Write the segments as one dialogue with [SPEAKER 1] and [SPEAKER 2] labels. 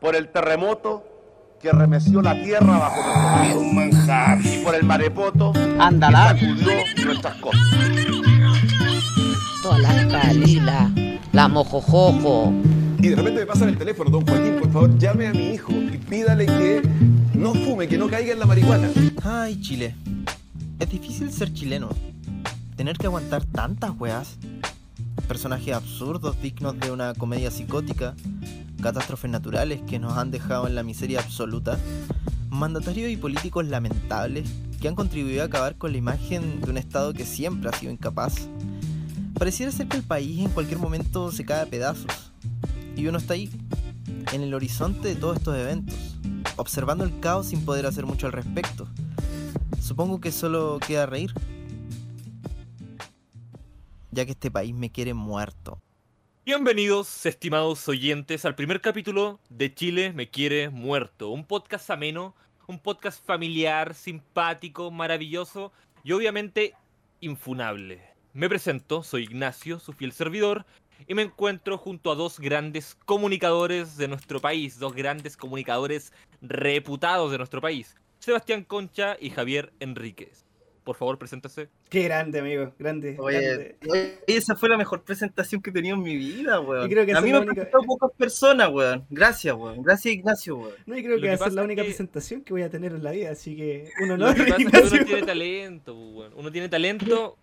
[SPEAKER 1] por el terremoto que remeció la tierra bajo nuestros pies.
[SPEAKER 2] Un manjar.
[SPEAKER 1] y por el marepoto
[SPEAKER 3] Ándala.
[SPEAKER 1] que sacudió nuestras costas.
[SPEAKER 3] Toda la calila, la mojojojo.
[SPEAKER 4] Y de repente me pasan el teléfono, don Joaquín, por favor, llame a mi hijo y pídale que no fume, que no caiga en la marihuana.
[SPEAKER 5] Ay, Chile. Es difícil ser chileno. Tener que aguantar tantas weas. Personajes absurdos dignos de una comedia psicótica. Catástrofes naturales que nos han dejado en la miseria absoluta. Mandatarios y políticos lamentables que han contribuido a acabar con la imagen de un Estado que siempre ha sido incapaz. Pareciera ser que el país en cualquier momento se cae a pedazos. Y uno está ahí, en el horizonte de todos estos eventos, observando el caos sin poder hacer mucho al respecto. Supongo que solo queda reír. Ya que este país me quiere muerto.
[SPEAKER 6] Bienvenidos, estimados oyentes, al primer capítulo de Chile Me Quiere Muerto. Un podcast ameno, un podcast familiar, simpático, maravilloso y obviamente infunable. Me presento, soy Ignacio, su fiel servidor, y me encuentro junto a dos grandes comunicadores de nuestro país, dos grandes comunicadores reputados de nuestro país, Sebastián Concha y Javier Enríquez. Por favor, preséntase.
[SPEAKER 7] Qué grande, amigo. Grande.
[SPEAKER 5] Oye,
[SPEAKER 7] grande.
[SPEAKER 5] oye, esa fue la mejor presentación que he tenido en mi vida, weón.
[SPEAKER 7] Y creo que
[SPEAKER 5] a
[SPEAKER 7] esa
[SPEAKER 5] mí
[SPEAKER 7] es la
[SPEAKER 5] me han
[SPEAKER 7] única-
[SPEAKER 5] presentado pocas personas, weón. Gracias, weón. Gracias, Ignacio, weón.
[SPEAKER 7] No, y
[SPEAKER 6] lo
[SPEAKER 7] creo que
[SPEAKER 6] que
[SPEAKER 7] va a ser
[SPEAKER 6] pasa
[SPEAKER 7] la
[SPEAKER 6] es
[SPEAKER 7] única
[SPEAKER 6] que-
[SPEAKER 7] presentación que voy a tener en la vida, así que un
[SPEAKER 6] Lo
[SPEAKER 7] honor.
[SPEAKER 6] que pasa es que
[SPEAKER 7] Ignacio.
[SPEAKER 6] uno tiene talento, pues, weón. uno tiene talento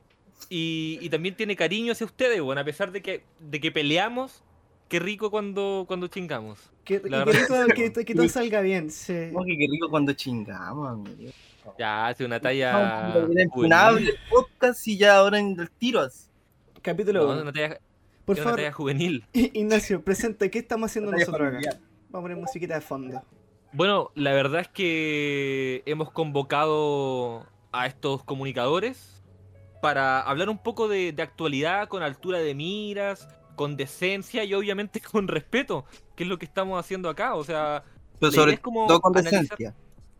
[SPEAKER 6] y, y también tiene cariño hacia ustedes, bueno, a pesar de que, de que peleamos, qué rico cuando, cuando chingamos.
[SPEAKER 7] Que, que-
[SPEAKER 6] la
[SPEAKER 7] que
[SPEAKER 6] verdad.
[SPEAKER 7] todo- que- que todo salga bien. sí.
[SPEAKER 5] Como que qué rico cuando chingamos, amigo.
[SPEAKER 6] Ya, hace una
[SPEAKER 5] Estamos
[SPEAKER 6] talla.
[SPEAKER 5] como bien
[SPEAKER 6] juvenil.
[SPEAKER 5] empunables, podcast y ya ahora en el tiro. así.
[SPEAKER 7] Capítulo
[SPEAKER 6] No, es
[SPEAKER 7] 1.
[SPEAKER 6] una talla,
[SPEAKER 7] Por
[SPEAKER 6] es una
[SPEAKER 7] favor,
[SPEAKER 6] talla juvenil.
[SPEAKER 7] Ignacio, presenta, ¿qué estamos haciendo
[SPEAKER 4] Batalla
[SPEAKER 7] nosotros acá?
[SPEAKER 4] familiar.
[SPEAKER 7] Vamos a poner musiquita de fondo.
[SPEAKER 6] Bueno, la verdad es que hemos convocado a estos comunicadores para hablar un poco de, de actualidad con altura de miras, con decencia y obviamente con respeto, que es lo que estamos haciendo acá. O sea, La
[SPEAKER 5] Pero
[SPEAKER 6] idea
[SPEAKER 5] sobre
[SPEAKER 6] es como
[SPEAKER 5] todo con
[SPEAKER 6] analizar-
[SPEAKER 5] decencia.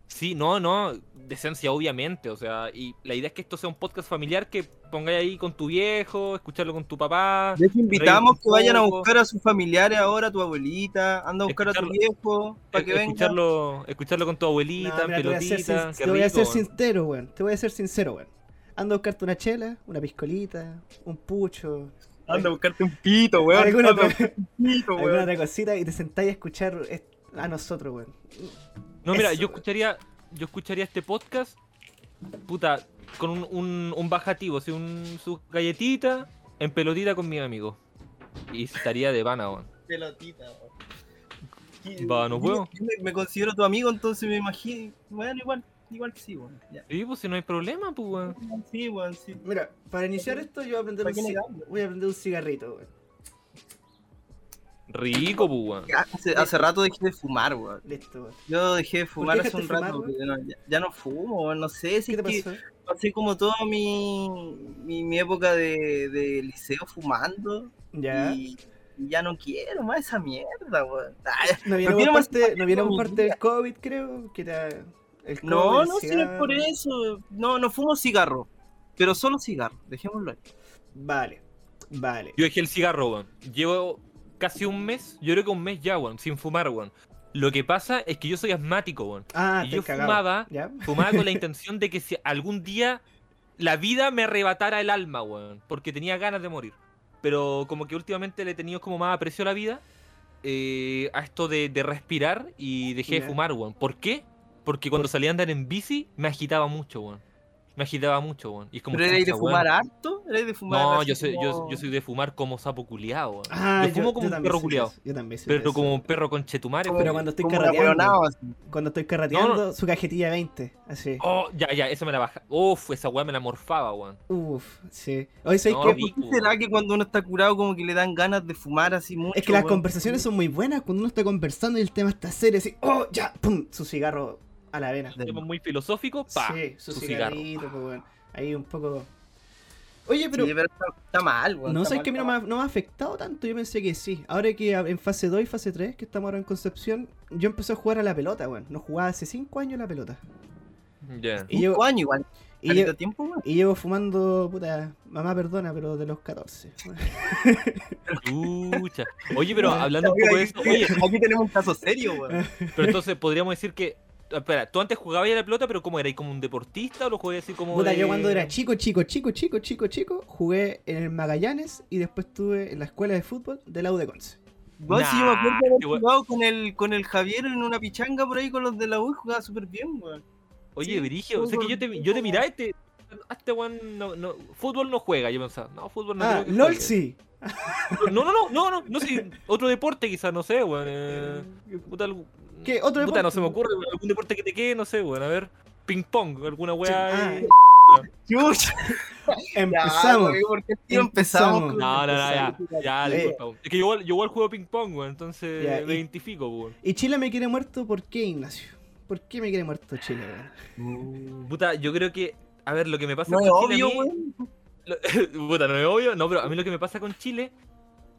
[SPEAKER 6] Sí, no, no, decencia obviamente, o sea, y la idea es que esto sea un podcast familiar que pongáis ahí con tu viejo, escucharlo con tu papá,
[SPEAKER 5] Les invitamos
[SPEAKER 6] un
[SPEAKER 5] que vayan a
[SPEAKER 6] poco.
[SPEAKER 5] buscar a sus familiares ahora, a tu abuelita, anda a buscar a tu
[SPEAKER 6] Escucharlo-
[SPEAKER 5] viejo, para que
[SPEAKER 6] e-
[SPEAKER 5] vengan.
[SPEAKER 6] escucharlo, escucharlo con tu abuelita,
[SPEAKER 7] No, mira, te voy a ser,
[SPEAKER 6] pelotita,
[SPEAKER 7] sin-
[SPEAKER 6] qué
[SPEAKER 7] te voy a
[SPEAKER 6] rico,
[SPEAKER 7] ser
[SPEAKER 6] weón.
[SPEAKER 7] sincero, weón. Te voy a ser sincero, weón. Anda a buscarte una chela, una piscolita, un pucho,
[SPEAKER 5] Anda a buscarte un pito, weón.
[SPEAKER 7] alguna,
[SPEAKER 5] Anda a
[SPEAKER 7] otra,
[SPEAKER 5] buscarte un pito,
[SPEAKER 7] alguna
[SPEAKER 5] weón.
[SPEAKER 7] otra cosita y te sentáis a escuchar est- a nosotros, weón.
[SPEAKER 6] No, mira,
[SPEAKER 7] Eso,
[SPEAKER 6] yo
[SPEAKER 7] weón.
[SPEAKER 6] escucharía, yo escucharía este podcast, puta, con un, un, un bajativo, así, un, su galletita en pelotita con mi amigo. Y estaría de pana, weón.
[SPEAKER 5] pelotita. weón. Y-
[SPEAKER 6] Va, no
[SPEAKER 5] yo-
[SPEAKER 6] puedo.
[SPEAKER 5] yo me, me considero tu amigo, entonces me imagino. Bueno, igual, igual que sí, weón. Ya.
[SPEAKER 6] Sí, pues si no hay problema, pues, weón.
[SPEAKER 5] Sí, weón, sí.
[SPEAKER 7] Mira, para iniciar esto yo voy a aprender,
[SPEAKER 5] ¿Para
[SPEAKER 7] un,
[SPEAKER 5] qué
[SPEAKER 7] ci-
[SPEAKER 5] negarlo?
[SPEAKER 7] voy a aprender un cigarrito, weón.
[SPEAKER 6] Rico, pues, weón.
[SPEAKER 5] Ah, Hace, hace rato dejé de fumar, weón.
[SPEAKER 7] Listo, weón.
[SPEAKER 5] Yo dejé de fumar hace
[SPEAKER 7] dejaste
[SPEAKER 5] un
[SPEAKER 7] de fumar,
[SPEAKER 5] rato,
[SPEAKER 7] weón?
[SPEAKER 5] porque no- ya, ya no fumo, weón. No sé, si
[SPEAKER 7] ¿Qué
[SPEAKER 5] es que
[SPEAKER 7] te pasó?
[SPEAKER 5] pasé como toda mi, mi, mi época de, de liceo fumando.
[SPEAKER 7] Ya.
[SPEAKER 5] Y, y ya no quiero más esa mierda, weón. Ay,
[SPEAKER 7] No viene
[SPEAKER 5] prefiero
[SPEAKER 7] por
[SPEAKER 5] más
[SPEAKER 7] parte, no viene
[SPEAKER 5] con
[SPEAKER 7] por
[SPEAKER 5] mi
[SPEAKER 7] parte del COVID, creo, que era el COVID,
[SPEAKER 5] No,
[SPEAKER 7] el
[SPEAKER 5] no, si no es por
[SPEAKER 7] cigarro.
[SPEAKER 5] eso. No, no fumo cigarro. Pero solo cigarro, dejémoslo ahí.
[SPEAKER 7] Vale, vale.
[SPEAKER 6] Yo dejé el cigarro, weón. Llevo casi un mes, yo creo que un mes ya, weón, sin fumar, weón. Lo que pasa es que yo soy asmático, weón.
[SPEAKER 7] Ah,
[SPEAKER 6] y
[SPEAKER 7] te
[SPEAKER 6] yo
[SPEAKER 7] cagado.
[SPEAKER 6] fumaba-
[SPEAKER 7] ¿Ya?
[SPEAKER 6] Fumaba con la intención de que si algún día la vida me arrebatara el alma, weón. Porque tenía ganas de morir. Pero como que últimamente le he tenido como más aprecio a la vida, eh, a esto de, de respirar y dejé
[SPEAKER 7] Ya.
[SPEAKER 6] de fumar, weón. ¿Por qué? Porque cuando salía a andar en bici me agitaba mucho, weón. Me agitaba mucho, weón. Y es como,
[SPEAKER 5] ¿Pero erais de
[SPEAKER 6] "Chucha, weón".
[SPEAKER 5] fumar harto? ¿Erais de fumar
[SPEAKER 6] No,
[SPEAKER 5] así
[SPEAKER 6] yo soy, yo,
[SPEAKER 5] como-
[SPEAKER 6] yo soy de fumar como sapo culiado. weón.
[SPEAKER 7] Ah,
[SPEAKER 6] yo fumo como un
[SPEAKER 7] también
[SPEAKER 6] perro
[SPEAKER 7] soy de
[SPEAKER 6] culiado.
[SPEAKER 7] eso, Yo también soy de
[SPEAKER 6] Pero
[SPEAKER 7] eso.
[SPEAKER 6] como un perro con chetumare.
[SPEAKER 7] Pero cuando estoy
[SPEAKER 5] como
[SPEAKER 7] carreteando.
[SPEAKER 5] hueonado, así.
[SPEAKER 7] Cuando estoy carreteando,
[SPEAKER 6] No,
[SPEAKER 7] su cajetilla 20, así.
[SPEAKER 6] Oh, ya, ya, esa me la baja. Uf, esa weá me la morfaba, weón.
[SPEAKER 7] Uf, sí. Hoy sois
[SPEAKER 6] Oh. No,
[SPEAKER 7] que...
[SPEAKER 6] vi-
[SPEAKER 5] ¿Por qué será que cuando uno está curado como que le dan ganas de fumar así mucho?
[SPEAKER 7] Es que las
[SPEAKER 5] weón?
[SPEAKER 7] conversaciones son muy buenas cuando uno está conversando y el tema está serio, así, oh, ya, pum, su cigarro a la vena.
[SPEAKER 5] De-
[SPEAKER 6] Tema muy filosófico, pa.
[SPEAKER 7] sí, su,
[SPEAKER 6] su cigarro.
[SPEAKER 7] cigarrito, pues, bueno. Ahí un poco. Oye, pero.
[SPEAKER 5] Sí, pero está, está mal, weón.
[SPEAKER 7] no
[SPEAKER 5] está
[SPEAKER 7] sé,
[SPEAKER 5] mal,
[SPEAKER 7] que a mí no
[SPEAKER 5] está
[SPEAKER 7] me,
[SPEAKER 5] mal.
[SPEAKER 7] ha, no me ha afectado tanto. Yo pensé que sí. Ahora que en fase 2 y fase 3, que estamos ahora en Concepción, yo empecé a jugar a la pelota, weón. No jugaba hace 5 años a la pelota.
[SPEAKER 6] Ya.
[SPEAKER 7] Y yo,
[SPEAKER 5] Cinco años igual.
[SPEAKER 7] Y
[SPEAKER 5] Caleta
[SPEAKER 7] lle-
[SPEAKER 5] tiempo, weón.
[SPEAKER 7] Y llevo fumando, puta, mamá perdona, pero de los 14.
[SPEAKER 6] Chucha. Oye, pero hablando un poco de eso, oye,
[SPEAKER 5] Aquí tenemos un caso serio, weón.
[SPEAKER 6] pero entonces podríamos decir que. Espera, tú antes jugabas ya la pelota, pero ¿cómo erais? ¿Como un deportista o lo jugabas así como.?
[SPEAKER 7] Puta,
[SPEAKER 6] de-
[SPEAKER 7] yo cuando era chico, chico, chico, chico, chico, chico, jugué en el Magallanes y después estuve en la escuela de fútbol del AU de Conce.
[SPEAKER 5] Weón, si yo me acuerdo de
[SPEAKER 6] qué
[SPEAKER 5] haber
[SPEAKER 6] weón.
[SPEAKER 5] jugado con el, con el Javier en una pichanga por ahí con los de la U y jugaba súper bien, weón.
[SPEAKER 6] Oye,
[SPEAKER 5] Sí,
[SPEAKER 6] Brigio, o sea que yo te,
[SPEAKER 5] fútbol,
[SPEAKER 6] yo te miraba y te. "Ah, Este weón no, no- fútbol no juega, yo pensaba. No, fútbol no
[SPEAKER 7] Ah,
[SPEAKER 6] creo que
[SPEAKER 7] LOL
[SPEAKER 6] juegue".
[SPEAKER 7] sí.
[SPEAKER 6] No, no, no, no, no, no sé. Otro deporte quizás, no sé, weón. eh, puta, algún-
[SPEAKER 7] ¿Qué? ¿Otro
[SPEAKER 6] Puta, no se me
[SPEAKER 7] deporte?
[SPEAKER 6] ocurre, weón, algún deporte que te quede, no sé, weón. A ver, ping pong, alguna weá.
[SPEAKER 7] Ah,
[SPEAKER 6] ahí.
[SPEAKER 5] Chucha,
[SPEAKER 7] Empezamos.
[SPEAKER 5] weón, ¿por qué tío, empezamos.
[SPEAKER 7] Empezamos.
[SPEAKER 5] con-
[SPEAKER 6] No, no, no, ya. Ya,
[SPEAKER 7] Eh.
[SPEAKER 6] disculpa, weón. Es que yo, igual- yo igual juego ping pong, weón, entonces
[SPEAKER 7] Ya,
[SPEAKER 6] me
[SPEAKER 7] y-
[SPEAKER 6] identifico, weón.
[SPEAKER 7] ¿Y Chile me quiere muerto? ¿Por qué, Ignacio? ¿Por qué me quiere muerto Chile, weón?
[SPEAKER 6] Puta, yo creo que. A ver, lo que me pasa
[SPEAKER 5] No
[SPEAKER 6] con
[SPEAKER 5] es
[SPEAKER 6] Chile a
[SPEAKER 5] obvio,
[SPEAKER 6] mí-
[SPEAKER 5] weón.
[SPEAKER 6] lo- puta, no es obvio, no, pero a mí lo que me pasa con Chile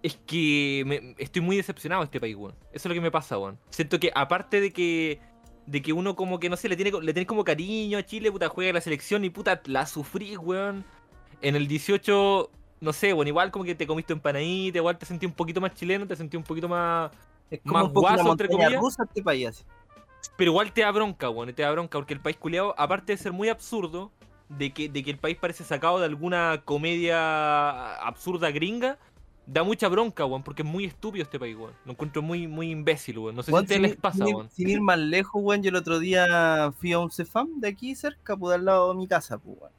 [SPEAKER 6] es que me- estoy muy decepcionado de este país, weón. Eso es lo que me pasa, weón. Siento que aparte de que de que uno como que no sé, le tiene co- le tenés como cariño a Chile, puta, juega la selección y puta la sufrís, weón. En el 18, no sé, weón, igual como que te comiste empanadita, igual te sentí un poquito más chileno, te sentí un poquito más
[SPEAKER 5] Es como
[SPEAKER 6] Más
[SPEAKER 5] un poco una
[SPEAKER 6] guaso, entre
[SPEAKER 5] montaña
[SPEAKER 6] comillas.
[SPEAKER 5] rusa este país. así.
[SPEAKER 6] pero igual te da bronca, weón, te da bronca, porque el país culiado, aparte de ser muy absurdo, de que, de que el país parece sacado de alguna comedia absurda gringa, da mucha bronca, weón, porque es muy estúpido este país, weón. Lo encuentro muy, muy imbécil, weón. No sé si a
[SPEAKER 5] Weón,
[SPEAKER 6] ustedes
[SPEAKER 5] sin
[SPEAKER 6] les
[SPEAKER 5] ir-
[SPEAKER 6] pasa,
[SPEAKER 5] sin ir-
[SPEAKER 6] weón.
[SPEAKER 5] Sin ir más lejos, weón, yo el otro día fui a un Cefam de aquí cerca, por al lado de mi casa, pues, weón.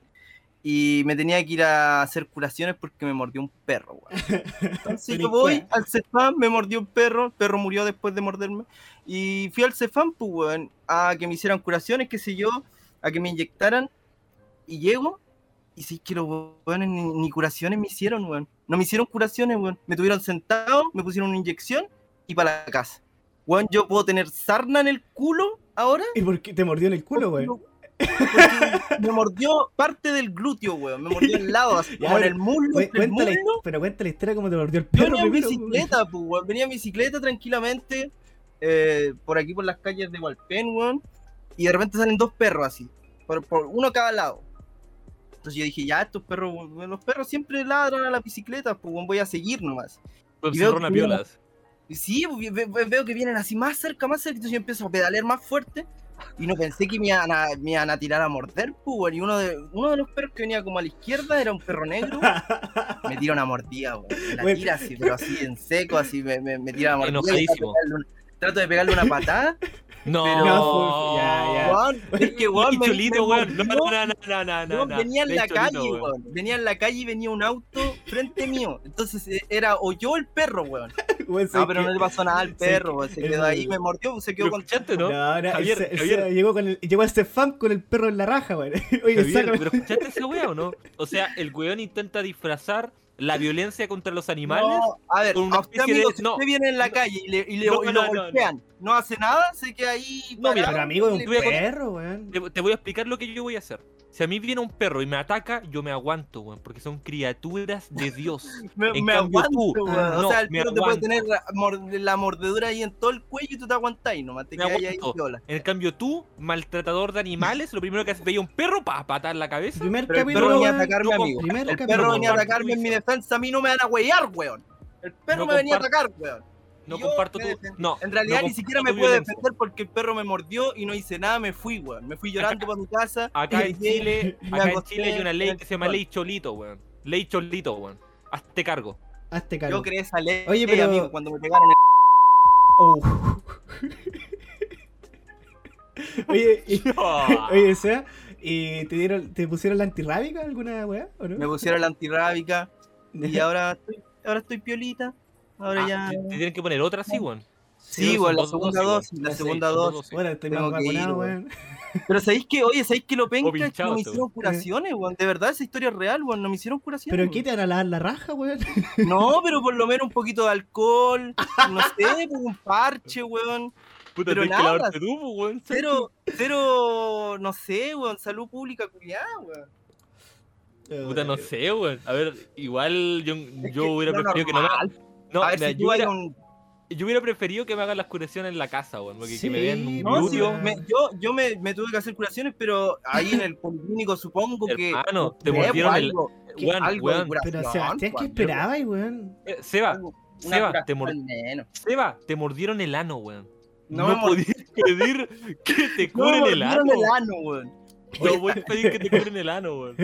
[SPEAKER 5] Y me tenía que ir a hacer curaciones porque me mordió un perro, weón. Entonces yo voy
[SPEAKER 7] Delincuente.
[SPEAKER 5] al Cefam, me mordió un perro, el perro murió después de morderme. Y fui al Cefam, pues, weón, a que me hicieran curaciones, qué sé yo, a que me inyectaran. Y llego, y sí que los weones ni, ni curaciones me hicieron, weón. No me hicieron curaciones, weón. Me tuvieron sentado, me pusieron una inyección y para la casa. Weón, yo puedo tener sarna en el culo ahora.
[SPEAKER 7] ¿Y por qué te mordió en el culo, weón?
[SPEAKER 5] porque me mordió parte del glúteo, weón. Me mordió el lado, así
[SPEAKER 7] Ya,
[SPEAKER 5] como en
[SPEAKER 7] pero-
[SPEAKER 5] el muslo.
[SPEAKER 7] Oye,
[SPEAKER 5] entre el
[SPEAKER 7] cuéntale,
[SPEAKER 5] muslo.
[SPEAKER 7] pero cuenta la historia cómo te mordió el
[SPEAKER 5] Yo
[SPEAKER 7] perro
[SPEAKER 5] venía en
[SPEAKER 7] primero.
[SPEAKER 5] bicicleta, pues, weón. Venía en bicicleta tranquilamente eh, por aquí, por las calles de Hualpén, weón. Y de repente salen dos perros así, por, por uno a cada lado. Entonces yo dije, ya, estos perros, weón, los perros siempre ladran a las bicicletas, pues, weón, voy a seguir nomás.
[SPEAKER 6] Weón,
[SPEAKER 5] y veo
[SPEAKER 6] cerrona
[SPEAKER 5] que mira-
[SPEAKER 6] piolas.
[SPEAKER 5] Y sí, pues, ve- ve- veo que vienen así más cerca, más cerca, entonces yo empiezo a pedalear más fuerte. Y no pensé que me iban a, me iban a tirar a morder, pues, weón. Y uno de, uno de los perros que venía como a la izquierda era un perro negro. Me tira una mordida, weón. Me La
[SPEAKER 7] Weón.
[SPEAKER 5] tira así, pero así en seco, así me, me, me tira la mordida. y
[SPEAKER 6] Enojadísimo.
[SPEAKER 5] Trato de pegarle una, trato de pegarle una patada.
[SPEAKER 6] No,
[SPEAKER 5] Pero-
[SPEAKER 7] No, fue- ya, ya.
[SPEAKER 5] weón, es que,
[SPEAKER 6] Y
[SPEAKER 5] weón, me-
[SPEAKER 6] Cholito,
[SPEAKER 5] me
[SPEAKER 6] weón. No, no, no,
[SPEAKER 5] mordió,
[SPEAKER 6] no, no, no,
[SPEAKER 5] weón,
[SPEAKER 6] no.
[SPEAKER 5] venía en
[SPEAKER 6] Ve
[SPEAKER 5] la calle,
[SPEAKER 6] Cholito,
[SPEAKER 5] weón. Venía en la calle y venía un auto frente mío. Entonces eh, era o yo o el perro, weón.
[SPEAKER 7] Weón,
[SPEAKER 5] No,
[SPEAKER 7] ¿sabes
[SPEAKER 5] Ah, pero
[SPEAKER 7] qué?
[SPEAKER 5] no le pasó nada al
[SPEAKER 7] sé que-
[SPEAKER 5] perro, weón. Se
[SPEAKER 7] es
[SPEAKER 5] quedó ahí,
[SPEAKER 7] muy-
[SPEAKER 5] me mordió, se
[SPEAKER 6] ¿Lo
[SPEAKER 5] quedó con
[SPEAKER 6] escuchaste, no?
[SPEAKER 7] No, ahora
[SPEAKER 6] Javier,
[SPEAKER 7] ese- ese
[SPEAKER 6] Javier.
[SPEAKER 7] llegó con el, llegó a este fan con el perro en la raja, weón. Oye,
[SPEAKER 6] Javier,
[SPEAKER 7] sácame.
[SPEAKER 6] ¿Pero escuchaste ese weón o no? O sea, el weón intenta disfrazar la violencia contra los animales.
[SPEAKER 5] No, a ver,
[SPEAKER 6] con una
[SPEAKER 5] a usted,
[SPEAKER 6] especie
[SPEAKER 5] amigo,
[SPEAKER 6] de-
[SPEAKER 5] si
[SPEAKER 6] no.
[SPEAKER 5] usted viene en la calle y, le, y le-
[SPEAKER 6] No,
[SPEAKER 5] y
[SPEAKER 6] no,
[SPEAKER 5] lo
[SPEAKER 6] no, no.
[SPEAKER 5] golpean, no. hace nada, se queda ahí.
[SPEAKER 6] No, mira,
[SPEAKER 5] parado,
[SPEAKER 7] Pero amigo, es
[SPEAKER 5] le-
[SPEAKER 7] un
[SPEAKER 6] voy a contar-
[SPEAKER 7] perro, weón.
[SPEAKER 6] Te, te voy a explicar lo que yo voy a hacer. Si a mí viene un perro y me ataca, yo me aguanto, weón, porque son criaturas de Dios.
[SPEAKER 5] Me,
[SPEAKER 6] En
[SPEAKER 5] me
[SPEAKER 6] cambio
[SPEAKER 5] aguanto,
[SPEAKER 6] tú,
[SPEAKER 5] weón.
[SPEAKER 6] ah,
[SPEAKER 5] o
[SPEAKER 6] no,
[SPEAKER 5] sea, el
[SPEAKER 6] me
[SPEAKER 5] perro te puede
[SPEAKER 6] aguanto.
[SPEAKER 5] tener la, mor- la mordedura ahí en todo el cuello y tú te aguantáis nomás, te
[SPEAKER 6] Me
[SPEAKER 5] quedas ahí
[SPEAKER 6] aguanto.
[SPEAKER 5] piola.
[SPEAKER 6] En cambio, tú, maltratador de animales, lo primero que haces veía un perro para patar la cabeza.
[SPEAKER 7] Primer
[SPEAKER 5] Pero el
[SPEAKER 7] capítulo,
[SPEAKER 5] perro venía a
[SPEAKER 7] weón.
[SPEAKER 5] atacarme,
[SPEAKER 6] yo
[SPEAKER 5] amigo.
[SPEAKER 7] Primer
[SPEAKER 5] El
[SPEAKER 7] capítulo.
[SPEAKER 5] perro venía a
[SPEAKER 6] comparto
[SPEAKER 5] atacarme
[SPEAKER 6] tu
[SPEAKER 5] en mi
[SPEAKER 6] visión.
[SPEAKER 5] defensa, a mí no me van a huellar, weón. El perro
[SPEAKER 6] No
[SPEAKER 5] me venía a
[SPEAKER 6] comparto-
[SPEAKER 5] atacar, weón.
[SPEAKER 6] No
[SPEAKER 5] yo
[SPEAKER 6] comparto
[SPEAKER 5] me
[SPEAKER 6] tu.
[SPEAKER 5] defendí.
[SPEAKER 6] No,
[SPEAKER 5] En
[SPEAKER 6] no
[SPEAKER 5] realidad ni
[SPEAKER 6] comparto
[SPEAKER 5] siquiera
[SPEAKER 6] tu
[SPEAKER 5] me pude
[SPEAKER 6] violencia.
[SPEAKER 5] defender porque el perro me mordió y no hice nada, me fui, weón. Me fui llorando para mi casa.
[SPEAKER 6] Acá en
[SPEAKER 5] grité,
[SPEAKER 6] Chile,
[SPEAKER 5] me
[SPEAKER 6] acá en
[SPEAKER 5] acosté,
[SPEAKER 6] Chile hay una ley
[SPEAKER 5] me
[SPEAKER 6] que se llama
[SPEAKER 5] acosté.
[SPEAKER 6] Ley Cholito, weón. Ley Cholito, weón. Hazte cargo.
[SPEAKER 7] Hazte cargo.
[SPEAKER 5] Yo creé esa ley,
[SPEAKER 7] Oye, pero-
[SPEAKER 5] amigo, cuando me pegaron
[SPEAKER 7] Oh. oye, y- oye, o sea, ¿y te, dieron, ¿te pusieron la antirrábica alguna weá o
[SPEAKER 5] Me
[SPEAKER 7] no?
[SPEAKER 5] pusieron la antirrábica y ahora estoy, ahora estoy piolita. Ahora
[SPEAKER 6] Ah,
[SPEAKER 5] ya.
[SPEAKER 6] te, te tienen que poner otra, sí, weón.
[SPEAKER 5] Sí,
[SPEAKER 6] son
[SPEAKER 5] weón, la
[SPEAKER 6] dos
[SPEAKER 5] segunda
[SPEAKER 6] dosis,
[SPEAKER 5] dosis,
[SPEAKER 6] weón.
[SPEAKER 5] la
[SPEAKER 6] Sí,
[SPEAKER 5] segunda
[SPEAKER 6] son dos
[SPEAKER 5] dosis.
[SPEAKER 6] dosis.
[SPEAKER 7] Ahora estoy más
[SPEAKER 5] Tengo que ir,
[SPEAKER 7] vacunado,
[SPEAKER 5] weón.
[SPEAKER 7] weón.
[SPEAKER 5] Pero sabéis que, oye, sabéis que lo penca es que
[SPEAKER 6] pinchado,
[SPEAKER 5] no me
[SPEAKER 6] te
[SPEAKER 5] hicieron curaciones, weón. De verdad, esa historia es real, weón. No me hicieron curaciones.
[SPEAKER 7] ¿Pero qué te van a lavar la raja, weón?
[SPEAKER 5] weón. No, pero por lo menos un poquito de alcohol. No sé, por un parche, weón.
[SPEAKER 6] Puta,
[SPEAKER 5] Pero
[SPEAKER 6] tenés que
[SPEAKER 5] nada,
[SPEAKER 6] lavarte tú, pues, weón.
[SPEAKER 5] Cero, cero, no sé, weón. Salud pública, culiada, weón.
[SPEAKER 6] Puta, no sé, weón. A ver, igual yo,
[SPEAKER 5] Eh, Es
[SPEAKER 6] yo
[SPEAKER 5] que
[SPEAKER 6] hubiera
[SPEAKER 5] lo
[SPEAKER 6] preferido que no
[SPEAKER 5] normal.
[SPEAKER 6] me. No,
[SPEAKER 5] a ver
[SPEAKER 6] mira,
[SPEAKER 5] si
[SPEAKER 6] yo
[SPEAKER 5] tú vas
[SPEAKER 6] hubiera-
[SPEAKER 5] a un,
[SPEAKER 6] Yo hubiera preferido que me hagan las curaciones en la casa, weón. Porque
[SPEAKER 7] Sí,
[SPEAKER 6] que me vean un
[SPEAKER 7] no,
[SPEAKER 6] glúteo.
[SPEAKER 7] sí,
[SPEAKER 6] weón.
[SPEAKER 5] Me- yo yo me, me tuve que hacer curaciones, pero ahí en el policlínico supongo que.
[SPEAKER 6] Hermano, te
[SPEAKER 5] Debo
[SPEAKER 6] mordieron el.
[SPEAKER 5] algo, que
[SPEAKER 6] weón,
[SPEAKER 5] algo de
[SPEAKER 6] weón.
[SPEAKER 5] curación,
[SPEAKER 7] Pero Sebastián, ¿qué
[SPEAKER 5] weón,
[SPEAKER 7] esperabas, weón?
[SPEAKER 6] Eh, Seba,
[SPEAKER 5] Una
[SPEAKER 6] Seba,
[SPEAKER 5] curación
[SPEAKER 6] te mor-
[SPEAKER 5] al menos.
[SPEAKER 6] Seba, te mordieron el ano, weón.
[SPEAKER 5] No
[SPEAKER 6] No,
[SPEAKER 5] me
[SPEAKER 6] podías pedir que te
[SPEAKER 5] No,
[SPEAKER 6] curen el
[SPEAKER 5] me
[SPEAKER 6] ano.
[SPEAKER 5] mordieron el ano, weón.
[SPEAKER 6] No voy a pedir que te curen el ano, weón.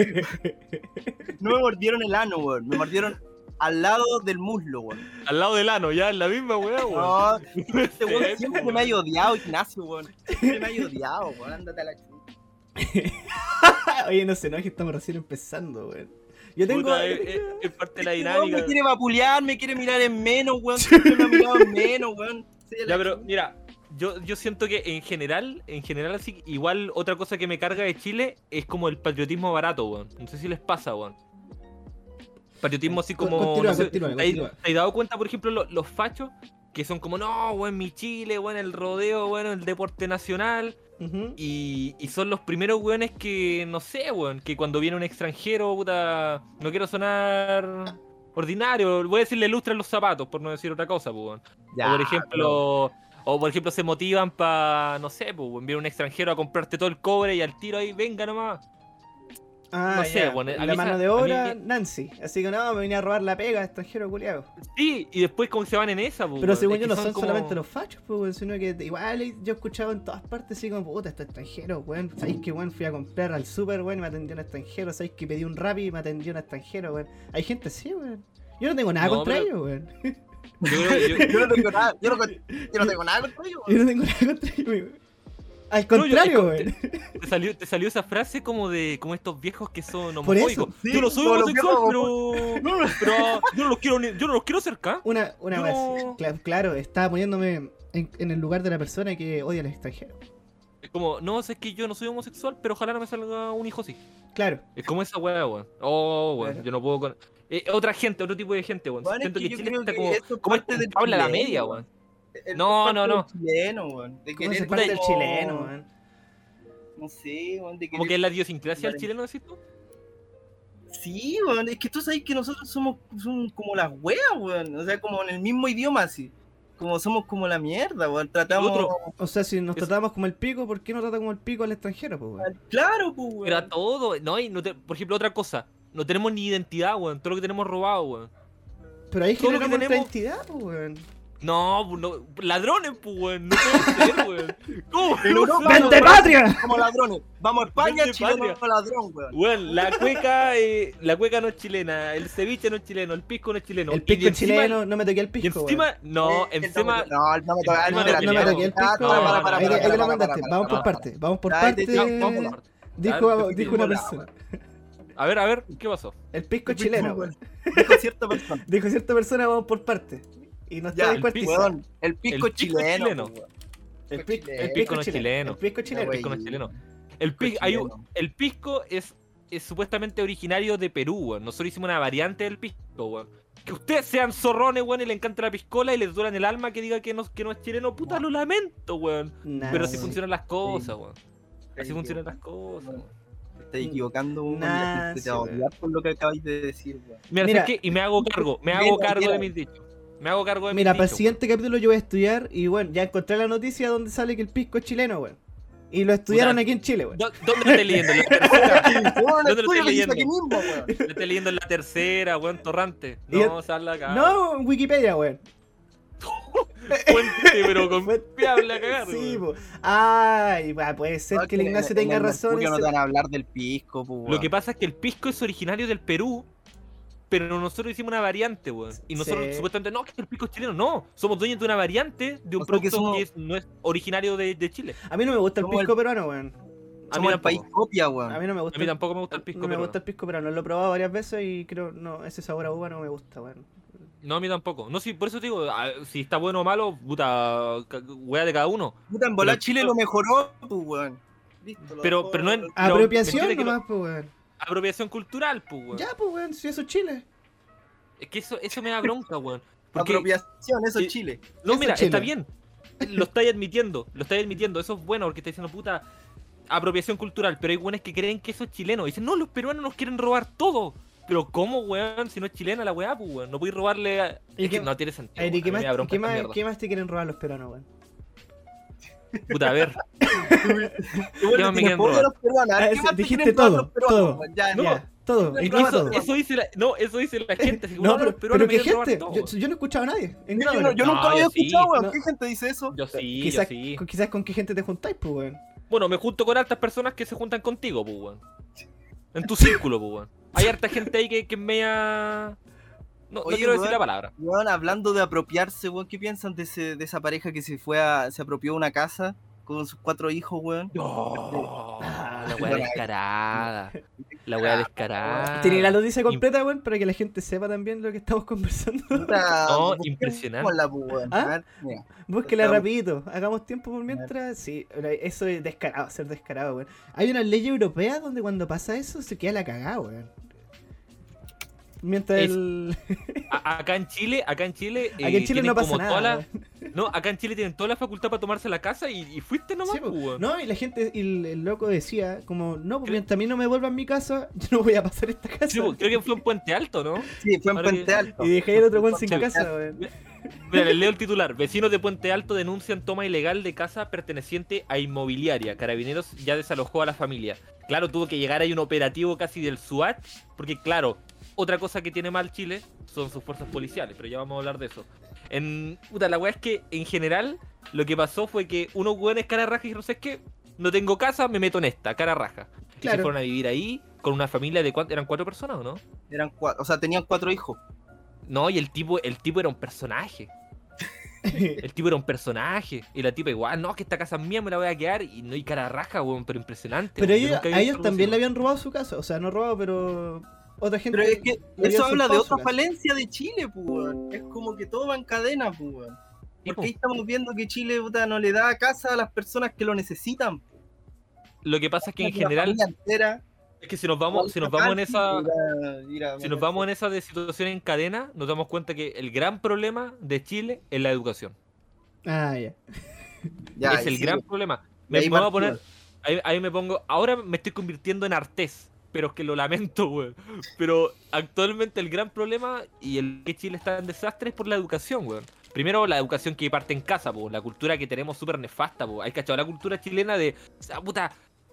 [SPEAKER 5] No me mordieron el ano, weón. Me mordieron al lado del muslo, weón.
[SPEAKER 6] Al lado del ano, ya, en la misma weá, weón.
[SPEAKER 5] No, este weón
[SPEAKER 6] Sí,
[SPEAKER 5] siempre
[SPEAKER 6] weón.
[SPEAKER 5] me ha odiado, Ignacio, weón. Siempre me ha odiado, weón. Ándate a la chucha.
[SPEAKER 7] Oye, no se enoje, estamos recién empezando, weón. Yo tengo.
[SPEAKER 6] Puta, eh, es, es- es parte de la
[SPEAKER 5] Este weón me
[SPEAKER 6] dinámica.
[SPEAKER 5] quiere vapulear, me quiere mirar en menos, weón. Siempre me ha mirado en menos, weón. Sí, a la
[SPEAKER 6] Ya, pero
[SPEAKER 5] chucha.
[SPEAKER 6] mira, yo, yo siento que en general, en general así, igual otra cosa que me carga de Chile es como el patriotismo barato, weón. No sé si les pasa, weón. Patriotismo así
[SPEAKER 7] Con-
[SPEAKER 6] como...
[SPEAKER 7] continúa,
[SPEAKER 6] no sé,
[SPEAKER 7] continúa,
[SPEAKER 6] ¿te, has-
[SPEAKER 7] continúa.
[SPEAKER 6] te has dado cuenta, por ejemplo, lo- los fachos? Que son como, no, weón, mi Chile, weón, el rodeo, weón, el deporte nacional.
[SPEAKER 7] Ujú.
[SPEAKER 6] eh, Y, y son los primeros weones que, no sé, weón, que cuando viene un extranjero, puta, no quiero sonar ordinario, voy a decirle lustran los zapatos, por no decir otra cosa, pues, weón.
[SPEAKER 5] Ya,
[SPEAKER 6] o por ejemplo, o por ejemplo se motivan para, no sé, pues, weón, viene un extranjero a comprarte todo el cobre y al tiro ahí, venga nomás.
[SPEAKER 7] Ah,
[SPEAKER 6] no
[SPEAKER 7] ya.
[SPEAKER 6] sé, weón, a mí
[SPEAKER 7] La
[SPEAKER 6] esa-
[SPEAKER 7] mano de
[SPEAKER 6] a mí-
[SPEAKER 7] obra, Nancy. Así que no, me venía a robar la pega, extranjero culiado.
[SPEAKER 6] Sí, y después como se van en esa, pues,
[SPEAKER 7] Pero
[SPEAKER 6] weón,
[SPEAKER 7] según
[SPEAKER 6] es
[SPEAKER 7] yo
[SPEAKER 6] que
[SPEAKER 7] no son
[SPEAKER 6] como-
[SPEAKER 7] solamente los fachos, pues, weón, sino que igual yo he escuchado en todas partes así como, puta, estos extranjeros, weón. Sabéis que, weón, fui a comprar al super, weón, y me atendió un extranjero. Sabéis que pedí un rap y me atendió un extranjero, weón. Hay gente así, weón. Yo no tengo nada
[SPEAKER 6] No,
[SPEAKER 7] contra
[SPEAKER 6] pero-
[SPEAKER 7] ellos, weón.
[SPEAKER 6] Yo creo- yo-
[SPEAKER 5] Yo no tengo nada, yo no, con- yo no tengo nada contra ellos, weón.
[SPEAKER 7] Yo no tengo nada contra ellos, weón. Al
[SPEAKER 6] yo-
[SPEAKER 7] contrario,
[SPEAKER 6] es
[SPEAKER 7] weón.
[SPEAKER 6] te, salió, te salió esa frase como de como estos viejos que son
[SPEAKER 7] Por eso,
[SPEAKER 6] homofóbicos. yo no soy
[SPEAKER 5] como los
[SPEAKER 6] homosexual,
[SPEAKER 5] viejos
[SPEAKER 6] pero, pero yo no los quiero ni- yo no los quiero cerca.
[SPEAKER 7] Una, una
[SPEAKER 6] Yo
[SPEAKER 7] vez,
[SPEAKER 6] no-
[SPEAKER 7] cla- claro, estaba poniéndome en, en el lugar de la persona que odia a los extranjeros.
[SPEAKER 6] Es como, no, sé que yo no soy homosexual, pero ojalá no me salga un hijo así.
[SPEAKER 7] Claro.
[SPEAKER 6] Es como esa weá, weón. Oh, weón, yo no puedo con. Eh, otra gente, otro tipo de gente, weón.
[SPEAKER 5] Bueno, es
[SPEAKER 6] Siento
[SPEAKER 5] que
[SPEAKER 6] que,
[SPEAKER 5] yo
[SPEAKER 6] Chile
[SPEAKER 5] creo
[SPEAKER 6] está
[SPEAKER 5] que
[SPEAKER 6] como.
[SPEAKER 5] eso es
[SPEAKER 6] como
[SPEAKER 5] parte
[SPEAKER 6] este
[SPEAKER 5] del
[SPEAKER 6] habla la
[SPEAKER 5] chileno,
[SPEAKER 6] media,
[SPEAKER 5] weón.
[SPEAKER 6] weón.
[SPEAKER 5] Es
[SPEAKER 6] No,
[SPEAKER 5] parte
[SPEAKER 6] no, no.
[SPEAKER 5] del chileno, weón. De
[SPEAKER 7] ¿Cómo se
[SPEAKER 5] querer
[SPEAKER 7] parte del
[SPEAKER 5] como-
[SPEAKER 7] chileno, weón?
[SPEAKER 5] No sé, weón. De
[SPEAKER 6] Como que
[SPEAKER 5] querer-
[SPEAKER 6] es la idiosincrasia del
[SPEAKER 5] Vale.
[SPEAKER 6] chileno, decís tú.
[SPEAKER 5] Sí, weón. Es que tú sabes que nosotros somos, somos como las weas, weón. O sea, como en el mismo idioma, así. Como somos como la mierda, weón. Tratamos.
[SPEAKER 6] otro-
[SPEAKER 7] O sea, si nos
[SPEAKER 6] Eso-
[SPEAKER 7] tratamos como el pico, ¿por qué no trata como el pico al extranjero, pues, weón?
[SPEAKER 5] Claro, pues, weón.
[SPEAKER 6] Pero a todo, no, y no te- por ejemplo, otra cosa. No tenemos ni identidad, weón. Todo lo que tenemos robado, weón.
[SPEAKER 7] Pero ahí
[SPEAKER 6] Todo lo que
[SPEAKER 7] generamos nuestra
[SPEAKER 6] tenemos-
[SPEAKER 7] identidad, pues, weón.
[SPEAKER 6] No, pu- no, ladrones, pues, weón. No puede ser, weón. ¿Cómo?
[SPEAKER 5] En Europa,
[SPEAKER 6] No,
[SPEAKER 5] ¡Vente,
[SPEAKER 7] patria!
[SPEAKER 5] Como ladrones. Vamos a España,
[SPEAKER 6] Vente,
[SPEAKER 5] chileno
[SPEAKER 6] patria.
[SPEAKER 5] ladrón, weón.
[SPEAKER 6] Weón, la cueca, eh, la cueca no es chilena, el ceviche no es chileno, el pisco no es chileno.
[SPEAKER 7] El
[SPEAKER 6] y
[SPEAKER 7] pisco
[SPEAKER 6] encima-
[SPEAKER 7] chileno, no me toqué el
[SPEAKER 6] Y
[SPEAKER 7] pisco, weón.
[SPEAKER 6] encima, no,
[SPEAKER 5] Eh,
[SPEAKER 6] encima,
[SPEAKER 5] No, no me toca.
[SPEAKER 6] encima
[SPEAKER 5] No, me
[SPEAKER 6] lo
[SPEAKER 5] toca-
[SPEAKER 7] No me toqué el
[SPEAKER 6] peleamos.
[SPEAKER 7] pisco,
[SPEAKER 5] Ah, para, para,
[SPEAKER 7] weón.
[SPEAKER 5] para,
[SPEAKER 7] Ahí
[SPEAKER 5] para,
[SPEAKER 7] ahí
[SPEAKER 5] para,
[SPEAKER 7] lo
[SPEAKER 5] para,
[SPEAKER 7] mandaste.
[SPEAKER 5] para,
[SPEAKER 7] Vamos
[SPEAKER 5] para,
[SPEAKER 7] por
[SPEAKER 5] para.
[SPEAKER 7] partes, vamos por
[SPEAKER 5] Ya,
[SPEAKER 7] partes.
[SPEAKER 5] ya, vamos por
[SPEAKER 7] Dijo
[SPEAKER 6] Dale,
[SPEAKER 7] dijo una
[SPEAKER 5] te estoy
[SPEAKER 7] persona.
[SPEAKER 6] A ver, a ver, ¿qué pasó?
[SPEAKER 7] El pisco chileno, weón.
[SPEAKER 5] Dijo cierta persona.
[SPEAKER 7] Dijo cierta persona, vamos por partes. Y nos
[SPEAKER 5] Ya,
[SPEAKER 7] está
[SPEAKER 5] el pisco,
[SPEAKER 7] descuartizando.
[SPEAKER 5] weón, el pisco
[SPEAKER 6] El pisco
[SPEAKER 5] chileno.
[SPEAKER 6] chileno.
[SPEAKER 5] pues, weón.
[SPEAKER 7] El pic-
[SPEAKER 5] El
[SPEAKER 6] pisco no es chileno.
[SPEAKER 7] El pisco
[SPEAKER 5] Ya,
[SPEAKER 7] chileno.
[SPEAKER 5] güey.
[SPEAKER 6] Pisco no es chileno. El, pi- hay un- el pisco es, es supuestamente originario de Perú, weón. Nosotros hicimos una variante del pisco, weón. Que ustedes sean zorrones, weón, y les encanta la piscola y les duran el alma que diga que no, que no es chileno, puta, lo lamento, weón.
[SPEAKER 7] Nah,
[SPEAKER 6] Pero así
[SPEAKER 7] weón.
[SPEAKER 6] funcionan las cosas, weón. Así
[SPEAKER 5] Sí,
[SPEAKER 6] funcionan las cosas, weón.
[SPEAKER 5] Te estás equivocando, weón.
[SPEAKER 7] Nah,
[SPEAKER 5] la gente
[SPEAKER 7] sí,
[SPEAKER 5] te va a
[SPEAKER 7] weón.
[SPEAKER 5] odiar por lo que acabáis de decir, weón.
[SPEAKER 6] Mira,
[SPEAKER 7] Mira,
[SPEAKER 6] ¿sabes qué? Y me hago cargo, me
[SPEAKER 5] mira,
[SPEAKER 6] hago cargo
[SPEAKER 5] mira.
[SPEAKER 6] de mis dichos. Me hago cargo de mis
[SPEAKER 7] Mira, para el
[SPEAKER 6] dichos,
[SPEAKER 7] siguiente capítulo yo voy a estudiar y bueno, ya encontré la noticia donde sale que el pisco es chileno, weón. Y lo estudiaron
[SPEAKER 6] Puta.
[SPEAKER 7] aquí en Chile,
[SPEAKER 6] weón.
[SPEAKER 7] weón.
[SPEAKER 6] ¿Dó- ¿Dónde lo estás leyendo? ¿En la tercera?
[SPEAKER 5] Weón,
[SPEAKER 6] No te lo
[SPEAKER 5] estoy
[SPEAKER 6] estoy leyendo.
[SPEAKER 5] leyendo aquí mismo, weón.
[SPEAKER 6] Lo estás leyendo en la tercera, weón, torrante.
[SPEAKER 7] Y
[SPEAKER 6] No, sal de acá.
[SPEAKER 7] No, en Wikipedia, weón.
[SPEAKER 6] fuente, pero confiable a cagar.
[SPEAKER 7] Sí,
[SPEAKER 6] weón.
[SPEAKER 7] po. Ay, va, puede ser que el Ignacio tenga
[SPEAKER 5] el
[SPEAKER 7] razón.
[SPEAKER 5] Mercurio no
[SPEAKER 7] ese-
[SPEAKER 5] te van a hablar del pisco, pues, weón.
[SPEAKER 6] Lo que pasa es que el pisco es originario del Perú, pero nosotros hicimos una variante, weón. Y nosotros
[SPEAKER 7] Sí.
[SPEAKER 6] supuestamente, no, que el pisco es chileno, no. Somos dueños de una variante de un
[SPEAKER 5] O sea,
[SPEAKER 6] producto
[SPEAKER 5] que
[SPEAKER 6] que,
[SPEAKER 5] somos-
[SPEAKER 6] es- no es originario de, de Chile.
[SPEAKER 7] A mí no me gusta el
[SPEAKER 5] Como
[SPEAKER 7] pisco peruano, weón.
[SPEAKER 6] A mí,
[SPEAKER 5] Somos
[SPEAKER 6] tampoco,
[SPEAKER 5] el país copia,
[SPEAKER 7] A
[SPEAKER 5] weón.
[SPEAKER 7] mí no me gusta.
[SPEAKER 6] a mí tampoco me gusta el pisco,
[SPEAKER 7] no me
[SPEAKER 6] pero
[SPEAKER 7] gusta el pisco peruano. Lo he probado varias veces y creo, no, ese sabor a uva no me gusta, weón.
[SPEAKER 6] no, a mí tampoco. No, sí, por eso te digo, a- si está bueno o malo, puta, ca- weá de cada uno.
[SPEAKER 5] Puta, en volar
[SPEAKER 6] Pero-
[SPEAKER 5] Chile lo mejoró, pues, weón. Listo, lo
[SPEAKER 6] Pero,
[SPEAKER 5] dejó-
[SPEAKER 6] pero no en. pero
[SPEAKER 7] Apropiación
[SPEAKER 6] entiende que lo-
[SPEAKER 7] nomás, pues, weón.
[SPEAKER 6] apropiación cultural, pues, weón. pues,
[SPEAKER 7] Ya, pues, weón, si eso es Chile.
[SPEAKER 6] Es que eso, eso me da bronca, weón. Porque
[SPEAKER 5] Apropiación, eso
[SPEAKER 6] y-
[SPEAKER 5] es Chile.
[SPEAKER 6] No,
[SPEAKER 7] Eso
[SPEAKER 6] mira,
[SPEAKER 7] es Chile.
[SPEAKER 6] está bien. Lo estáis admitiendo, lo estáis admitiendo. Eso es bueno porque está diciendo puta apropiación cultural. Pero hay buenos que creen que eso es chileno. Dicen, no, los peruanos nos quieren robar todo. Pero ¿cómo, weón? Si no es chilena la weá, pues, weón. No podéis robarle a...
[SPEAKER 7] ¿Y
[SPEAKER 6] Es
[SPEAKER 7] qué-
[SPEAKER 6] que no tiene sentido.
[SPEAKER 7] A ver, Eh,
[SPEAKER 6] weón.
[SPEAKER 7] ¿y
[SPEAKER 6] A
[SPEAKER 7] qué
[SPEAKER 6] mí
[SPEAKER 7] más,
[SPEAKER 6] me da bronca
[SPEAKER 7] qué,
[SPEAKER 6] esta
[SPEAKER 7] más,
[SPEAKER 6] mierda.
[SPEAKER 7] qué más te quieren robar los peruanos, weón?
[SPEAKER 6] Puta, a ver. ¿Qué más me quieren
[SPEAKER 5] Pobre
[SPEAKER 6] robar?
[SPEAKER 5] los peruanos,
[SPEAKER 7] Ah,
[SPEAKER 5] ¿qué
[SPEAKER 7] sí,
[SPEAKER 5] más te
[SPEAKER 7] dijiste
[SPEAKER 5] quieren todos
[SPEAKER 7] todo,
[SPEAKER 5] los peruanos,
[SPEAKER 7] todo.
[SPEAKER 5] weón? Ya,
[SPEAKER 6] No,
[SPEAKER 5] ya.
[SPEAKER 7] Ya, todo,
[SPEAKER 5] me roba
[SPEAKER 7] el clima
[SPEAKER 6] Eso,
[SPEAKER 7] todo.
[SPEAKER 6] eso dice la, no, eso dice la gente. así como,
[SPEAKER 7] No,
[SPEAKER 6] "Ah,
[SPEAKER 7] pero,
[SPEAKER 6] los
[SPEAKER 7] pero
[SPEAKER 6] peruanos me
[SPEAKER 7] ¿qué
[SPEAKER 6] quieren robar
[SPEAKER 7] gente?
[SPEAKER 6] todo".
[SPEAKER 7] Yo, yo no he escuchado a nadie. En
[SPEAKER 5] Yo,
[SPEAKER 7] Granada.
[SPEAKER 5] no- yo
[SPEAKER 6] No,
[SPEAKER 5] nunca lo había
[SPEAKER 6] yo sí.
[SPEAKER 5] escuchado, weón.
[SPEAKER 7] No.
[SPEAKER 5] ¿Qué gente dice eso?
[SPEAKER 6] Yo Ah, sí,
[SPEAKER 7] quizás,
[SPEAKER 6] yo sí.
[SPEAKER 7] con- quizás con qué gente te juntáis, pues, weón.
[SPEAKER 6] Bueno, me junto con hartas personas que se juntan contigo, pues, weón. En tu círculo, pues, weón. Hay harta gente ahí que, que es media... No,
[SPEAKER 5] Oye,
[SPEAKER 6] no quiero decir
[SPEAKER 5] weón.
[SPEAKER 6] la palabra.
[SPEAKER 5] Weón, hablando de apropiarse, weón, ¿qué piensan de, ese- de esa pareja que se fue a, se apropió una casa con sus cuatro hijos, weón?
[SPEAKER 6] No, Oh,
[SPEAKER 7] Ah.
[SPEAKER 6] la weá descarada. La weá descarada.
[SPEAKER 7] Tiene la noticia completa, weón, para que la gente sepa también lo que estamos conversando.
[SPEAKER 5] Puta,
[SPEAKER 6] No,
[SPEAKER 5] ¿por
[SPEAKER 6] Oh,
[SPEAKER 5] qué
[SPEAKER 6] impresionante.
[SPEAKER 5] con la, pues, weón?
[SPEAKER 7] ¿Ah?
[SPEAKER 5] A ver, mira.
[SPEAKER 7] Búsquela
[SPEAKER 5] Estamos-
[SPEAKER 7] rapidito, hagamos tiempo por mientras. Sí, la- eso es descarado, ser descarado, weón. Hay una ley europea donde cuando pasa eso se queda la cagada, weón. Mientras
[SPEAKER 6] Es-
[SPEAKER 7] el...
[SPEAKER 6] A- acá en Chile, acá en Chile... eh,
[SPEAKER 7] Aquí en Chile
[SPEAKER 6] tienen
[SPEAKER 7] no pasa
[SPEAKER 6] como
[SPEAKER 7] nada.
[SPEAKER 6] toda la-
[SPEAKER 7] weón.
[SPEAKER 6] No, acá en Chile tienen toda la facultad para tomarse la casa y, y fuiste nomás,
[SPEAKER 7] Sí,
[SPEAKER 6] pues,
[SPEAKER 7] po.
[SPEAKER 6] weón.
[SPEAKER 7] No, y la gente, y el, el loco decía, como, no, pues mientras a mí no me vuelvan a mi casa, yo no voy a pasar esta casa.
[SPEAKER 6] Sí, pues, creo que fue en Puente Alto, ¿no?
[SPEAKER 5] Sí, fue en
[SPEAKER 6] Ahora que-
[SPEAKER 5] Puente Alto.
[SPEAKER 7] Y dejé el otro weón sin
[SPEAKER 6] Sí.
[SPEAKER 7] casa, weón.
[SPEAKER 6] Mira, les leo el titular. Vecinos de Puente Alto denuncian toma ilegal de casa perteneciente a inmobiliaria. Carabineros ya desalojó a la familia. Claro, tuvo que llegar ahí un operativo casi del SWAT, porque claro, otra cosa que tiene mal Chile son sus fuerzas policiales, pero ya vamos a hablar de eso. En, puta, la weá es que en general lo que pasó fue que unos weones cara raja dijeron, ¿sabes qué? No tengo casa, me meto en esta, cara raja. Y se
[SPEAKER 7] Claro.
[SPEAKER 6] fueron a vivir ahí con una familia de cuánto, eran cuatro personas, ¿o no?
[SPEAKER 5] Eran cua- o sea, tenían cuatro hijos.
[SPEAKER 6] No, y el tipo, el tipo era un personaje. El tipo era un personaje. Y la tipa igual, no, que esta casa es mía, me la voy a quedar. Y no hay cara raja, weón, pero impresionante.
[SPEAKER 7] Pero
[SPEAKER 6] weón. Yo
[SPEAKER 7] ellos,
[SPEAKER 6] nunca había
[SPEAKER 7] a
[SPEAKER 6] visto
[SPEAKER 7] ellos
[SPEAKER 6] algo
[SPEAKER 7] también le
[SPEAKER 6] así,
[SPEAKER 7] habían robado su casa. O sea, no robado, pero otra gente.
[SPEAKER 5] Pero es que
[SPEAKER 7] le habían
[SPEAKER 5] eso habla de
[SPEAKER 7] usurpado
[SPEAKER 5] otra
[SPEAKER 7] su casa.
[SPEAKER 5] falencia de Chile, pues, weón. Es como que todo va en cadena, pues, weón.
[SPEAKER 6] Sí,
[SPEAKER 5] Porque ahí
[SPEAKER 6] po.
[SPEAKER 5] estamos viendo que Chile puta, no le da casa a las personas que lo necesitan. po.
[SPEAKER 6] Lo que pasa es que en
[SPEAKER 5] La
[SPEAKER 6] general,
[SPEAKER 5] familia entera,
[SPEAKER 6] es que si nos vamos, si nos vamos en esa.
[SPEAKER 5] Ir a- ir a-
[SPEAKER 6] Si nos vamos en esa de situación en cadena, nos damos cuenta que el gran problema de Chile es la educación.
[SPEAKER 7] Ah, ya.
[SPEAKER 5] Ya,
[SPEAKER 6] es
[SPEAKER 5] y
[SPEAKER 6] el
[SPEAKER 5] sí, pues.
[SPEAKER 6] gran
[SPEAKER 5] de
[SPEAKER 6] problema. Me, me
[SPEAKER 5] ahí
[SPEAKER 6] voy a poner.
[SPEAKER 5] partimos.
[SPEAKER 6] Ahí, ahí me pongo. Ahora me estoy convirtiendo en artés. Pero es que lo lamento, weón. Pero actualmente el gran problema y el que Chile está en desastre es por la educación, weón. Primero, la educación que parte en casa, po, la cultura que tenemos súper nefasta, po. Hay cachado la cultura chilena de. "Ah, puta,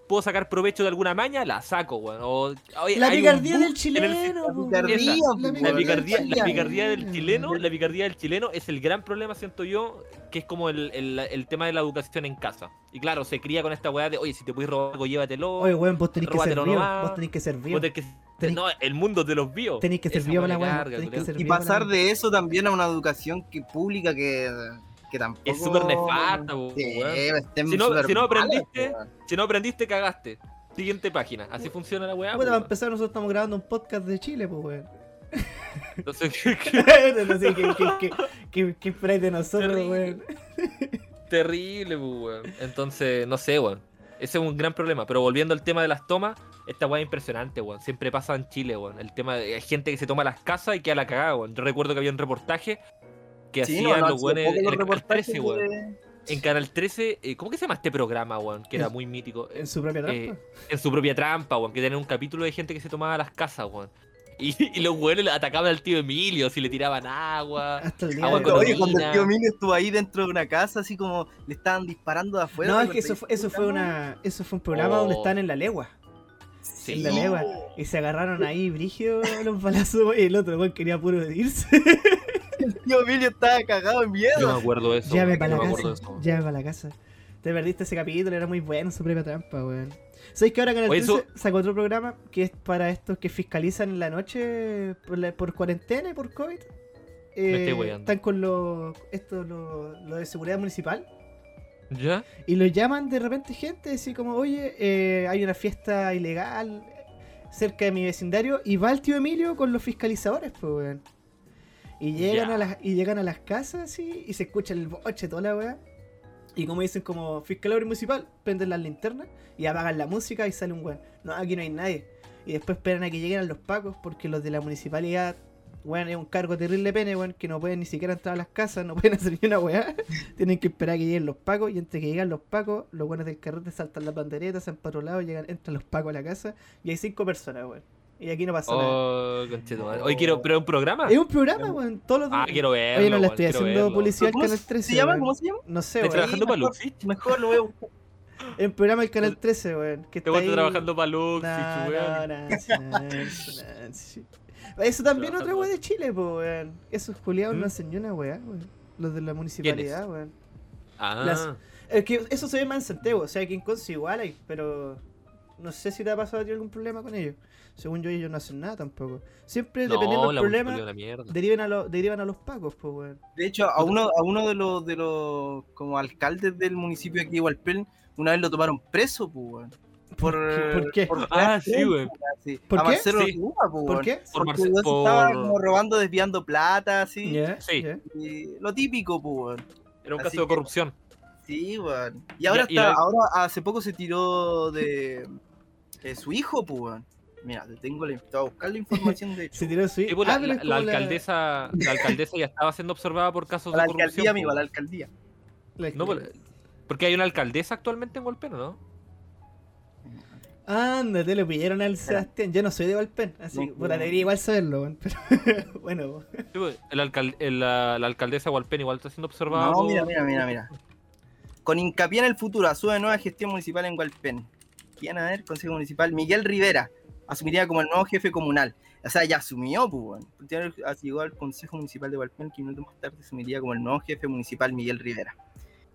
[SPEAKER 6] ¿puedo sacar provecho de alguna maña? La saco, weón. O, "Oye,
[SPEAKER 7] La
[SPEAKER 6] Eh, hay un
[SPEAKER 7] picardía
[SPEAKER 6] bus
[SPEAKER 7] del
[SPEAKER 6] en el
[SPEAKER 7] chileno.
[SPEAKER 5] La
[SPEAKER 7] po,
[SPEAKER 5] picardía,
[SPEAKER 7] weón.
[SPEAKER 5] po, weón.
[SPEAKER 6] la
[SPEAKER 5] Bueno,
[SPEAKER 6] picardía,
[SPEAKER 5] sí,
[SPEAKER 6] la
[SPEAKER 5] ya.
[SPEAKER 6] picardía del chileno, la picardía del chileno es el gran problema, siento yo, que es como el, el- el tema de la educación en casa. Y claro, se cría con esta weá de, oye, si te puedes robar algo, llévatelo.
[SPEAKER 7] Oye, weón, vos tenés que ser
[SPEAKER 6] Róbatelo
[SPEAKER 7] vivo.
[SPEAKER 6] nomás.
[SPEAKER 7] Vos tenés que ser vivo.
[SPEAKER 6] vos tenés que-
[SPEAKER 7] tenés-
[SPEAKER 6] no, el mundo de los vivos.
[SPEAKER 7] Tenés que ser
[SPEAKER 6] Esa
[SPEAKER 7] vivo para la
[SPEAKER 6] me
[SPEAKER 7] weón.
[SPEAKER 6] carga,
[SPEAKER 7] Tenés que
[SPEAKER 6] culiao.
[SPEAKER 7] ser
[SPEAKER 5] Y
[SPEAKER 7] vivo para la
[SPEAKER 5] pasar
[SPEAKER 7] weá.
[SPEAKER 5] de eso también a una educación que pública que, que tampoco.
[SPEAKER 6] Es súper nefasta, po,
[SPEAKER 5] Sí,
[SPEAKER 6] weón.
[SPEAKER 5] estén
[SPEAKER 6] Si no-
[SPEAKER 5] súper
[SPEAKER 6] si no
[SPEAKER 5] malas,
[SPEAKER 6] aprendiste-
[SPEAKER 5] po, weón.
[SPEAKER 6] Si no aprendiste, cagaste. Siguiente página. Así funciona la weá.
[SPEAKER 7] Puta, para
[SPEAKER 6] weón.
[SPEAKER 7] empezar, nosotros estamos grabando un podcast de Chile, pues, weón.
[SPEAKER 6] Entonces,
[SPEAKER 7] no sé qué, qué, qué, qué, qué esperáis de nosotros,
[SPEAKER 6] Terrible.
[SPEAKER 7] weón.
[SPEAKER 6] Terrible, pues, weón. Entonces, no sé, weón. Ese es un gran problema. Pero volviendo al tema de las tomas, esta weá es impresionante, weón. Siempre pasa en Chile, weón. El tema de hay gente que se toma las casas y queda la cagada, weón. Yo recuerdo que había un reportaje que
[SPEAKER 5] Sí, no,
[SPEAKER 6] hacían
[SPEAKER 5] no,
[SPEAKER 6] los
[SPEAKER 5] hace poco
[SPEAKER 6] weones en
[SPEAKER 5] los
[SPEAKER 6] Canal
[SPEAKER 5] reportajes
[SPEAKER 6] 13,
[SPEAKER 5] de-
[SPEAKER 6] weón. En Canal 13, eh, ¿cómo que se llama este programa, weón? Que era
[SPEAKER 7] Es-
[SPEAKER 6] muy mítico.
[SPEAKER 7] En su propia
[SPEAKER 6] Eh,
[SPEAKER 7] trampa.
[SPEAKER 6] en su propia trampa, weón. Que tenía un capítulo de gente que se tomaba las casas, weón. Y, y los weones le atacaban al tío Emilio, si le tiraban agua.
[SPEAKER 7] Hasta el día
[SPEAKER 6] agua
[SPEAKER 7] de
[SPEAKER 6] con
[SPEAKER 7] hoy.
[SPEAKER 5] Oye, cuando el
[SPEAKER 6] Coromina.
[SPEAKER 5] tío Emilio estuvo ahí dentro de una casa, así como le estaban disparando de afuera.
[SPEAKER 7] No, es
[SPEAKER 5] cuando
[SPEAKER 7] que eso fue, eso fue una eso fue un programa
[SPEAKER 6] Oh.
[SPEAKER 7] donde estaban en la legua.
[SPEAKER 6] Sí.
[SPEAKER 7] En la legua. Y se agarraron ahí brígido los balazos güey, y el otro weón quería puro irse.
[SPEAKER 5] El tío Emilio estaba cagado en
[SPEAKER 6] Yo me
[SPEAKER 5] miedo.
[SPEAKER 6] acuerdo de eso.
[SPEAKER 7] Llave
[SPEAKER 6] weón.
[SPEAKER 7] para
[SPEAKER 6] Yo
[SPEAKER 7] la
[SPEAKER 6] me acuerdo de
[SPEAKER 7] casa.
[SPEAKER 6] eso. weón.
[SPEAKER 7] Llave para la casa. Te perdiste ese capítulo, era muy bueno su propia trampa, weón. ¿Sabéis que ahora Canal
[SPEAKER 6] Oye,
[SPEAKER 7] 13
[SPEAKER 6] eso-
[SPEAKER 7] sacó otro programa que es para estos que fiscalizan en la noche por, la- por cuarentena y por COVID?
[SPEAKER 6] estoy
[SPEAKER 7] Eh,
[SPEAKER 6] weyando.
[SPEAKER 7] están con los estos los los de seguridad municipal
[SPEAKER 6] ¿Ya?
[SPEAKER 7] Y lo llaman de repente gente, así como, oye, eh, hay una fiesta ilegal cerca de mi vecindario. Y va el tío Emilio con los fiscalizadores, pues, weón. Y llegan,
[SPEAKER 6] Ya.
[SPEAKER 7] a las, y llegan a las casas así, y se escucha el boche, toda la weá. Y como dicen, como fiscal municipal, prenden las linternas y apagan la música y sale un weón. No, aquí no hay nadie. Y después esperan a que lleguen a los pacos porque los de la municipalidad, weón, es un cargo terrible pene, weón, que no pueden ni siquiera entrar a las casas, no pueden hacer ni una weá. Tienen que esperar a que lleguen los pacos y entre que llegan los pacos, los buenos del carrete saltan las banderetas, se han patrulado, llegan, entran los pacos a la casa y hay cinco personas, weón. Y aquí no pasó nada.
[SPEAKER 6] Oh, conchetumadre. Hoy quiero, pero es un programa.
[SPEAKER 7] Es un programa, weón. Todos los
[SPEAKER 6] Oh. Ah,
[SPEAKER 7] días.
[SPEAKER 6] quiero verlo.
[SPEAKER 7] Oye, no le
[SPEAKER 6] weón,
[SPEAKER 7] estoy
[SPEAKER 6] quiero
[SPEAKER 7] haciendo
[SPEAKER 6] verlo.
[SPEAKER 7] publicidad al
[SPEAKER 5] ¿Cómo
[SPEAKER 7] Canal 13.
[SPEAKER 5] se llama?
[SPEAKER 7] weón.
[SPEAKER 5] ¿Cómo se llama?
[SPEAKER 7] No sé,
[SPEAKER 6] ¿Estás
[SPEAKER 7] weón.
[SPEAKER 6] trabajando para
[SPEAKER 5] mejor.
[SPEAKER 6] Luxich?
[SPEAKER 5] Mejor lo voy a buscar.
[SPEAKER 7] El programa del Canal 13, weón. Que
[SPEAKER 6] Te
[SPEAKER 7] está
[SPEAKER 6] voy a
[SPEAKER 7] ahí.
[SPEAKER 6] estar Este trabajando para Luxich,
[SPEAKER 7] No,
[SPEAKER 6] weón.
[SPEAKER 7] no, Nancy, Nancy, Nancy. Eso también otra weá de Chile, po, weón. Esos culiados
[SPEAKER 6] ¿Mm?
[SPEAKER 7] no hacen ni una weá, weón. Los de la municipalidad, weón.
[SPEAKER 6] Ah,
[SPEAKER 7] Las- Es que eso se ve más en Santiago, o sea, aquí en Conce igual hay, pero no sé si te ha pasado a ti algún problema con ellos. Según yo, ellos no hacen nada tampoco. Siempre dependiendo
[SPEAKER 6] no,
[SPEAKER 7] del
[SPEAKER 6] la
[SPEAKER 7] problema,
[SPEAKER 6] municipalidad de la mierda.
[SPEAKER 7] derivan, a los derivan a los pacos, pues, weón.
[SPEAKER 5] De hecho, a uno, a uno de los de los como alcaldes del municipio aquí de Hualpén, una vez lo tomaron preso, pues, weón. Por,
[SPEAKER 7] ¿Por qué?
[SPEAKER 5] por-
[SPEAKER 6] Ah, sí, weón.
[SPEAKER 5] sí.
[SPEAKER 7] ¿Por
[SPEAKER 5] a
[SPEAKER 7] qué?
[SPEAKER 5] Marcelo
[SPEAKER 6] Sí.
[SPEAKER 5] Rúa, pues,
[SPEAKER 7] ¿Por
[SPEAKER 5] weón.
[SPEAKER 7] qué?
[SPEAKER 6] Por
[SPEAKER 5] Porque
[SPEAKER 6] Marce-
[SPEAKER 5] weón se estaba
[SPEAKER 6] por-
[SPEAKER 5] como robando, desviando plata, así.
[SPEAKER 7] Ya,
[SPEAKER 6] Sí.
[SPEAKER 7] ya.
[SPEAKER 5] y lo típico, pues, weón.
[SPEAKER 6] Era un
[SPEAKER 5] Así
[SPEAKER 6] caso de
[SPEAKER 5] que-
[SPEAKER 6] corrupción.
[SPEAKER 5] Sí, weón. Y ahora,
[SPEAKER 6] Ya, y
[SPEAKER 5] está,
[SPEAKER 6] la-
[SPEAKER 5] ahora hace poco se tiró de, de su hijo, pues, weón. Mira, te tengo la, te voy a buscar la información de
[SPEAKER 7] Se tiró su
[SPEAKER 6] Sí, pues, la,
[SPEAKER 7] Ah, pero
[SPEAKER 6] la-
[SPEAKER 7] es
[SPEAKER 6] la
[SPEAKER 7] como
[SPEAKER 6] alcaldesa, la alcaldesa ya estaba siendo observada por casos
[SPEAKER 5] la
[SPEAKER 6] de corrupción.
[SPEAKER 5] alcaldía, amigo,
[SPEAKER 6] po.
[SPEAKER 5] a la alcaldía.
[SPEAKER 7] la-
[SPEAKER 6] No, pues, porque hay una alcaldesa actualmente en Golpeno, ¿no?
[SPEAKER 7] Ándate, le pillaron al Sebastián. Yo no soy de Valpen, así que
[SPEAKER 5] No,
[SPEAKER 7] puta,
[SPEAKER 5] no.
[SPEAKER 7] debería igual saberlo, weón. Pero bueno,
[SPEAKER 6] Sí, pues, el alcal- el, la, la alcaldesa de Golpeno igual está siendo observada.
[SPEAKER 5] No,
[SPEAKER 6] por-
[SPEAKER 5] mira, mira, mira, mira. Con hincapié en el futuro, asume nueva gestión municipal en Hualpén. ¿Quién? A ver, Consejo Municipal. Miguel Rivera asumiría como el nuevo jefe comunal. O sea, ya asumió, pues, weón. Llegó al Consejo Municipal de Hualpén, que minutos más tarde asumiría como el nuevo jefe municipal Miguel Rivera.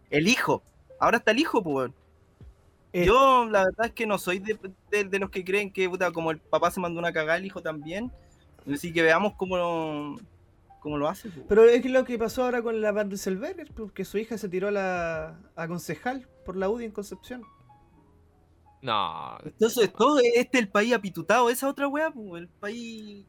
[SPEAKER 5] El hijo. Ahora está el hijo, pues, weón.
[SPEAKER 7] Eh.
[SPEAKER 5] Yo, la verdad es que no soy de, de- de los que creen que, puta, como el papá se mandó una cagada, el hijo también. Así que veamos cómo lo, cómo lo hace, pues.
[SPEAKER 7] Pero es que lo que pasó ahora con la Van Rieselberger, porque su hija se tiró a la a concejal por la UDI en Concepción.
[SPEAKER 6] No,
[SPEAKER 5] Entonces, todo este es el país apitutado, esa otra weá, po, el país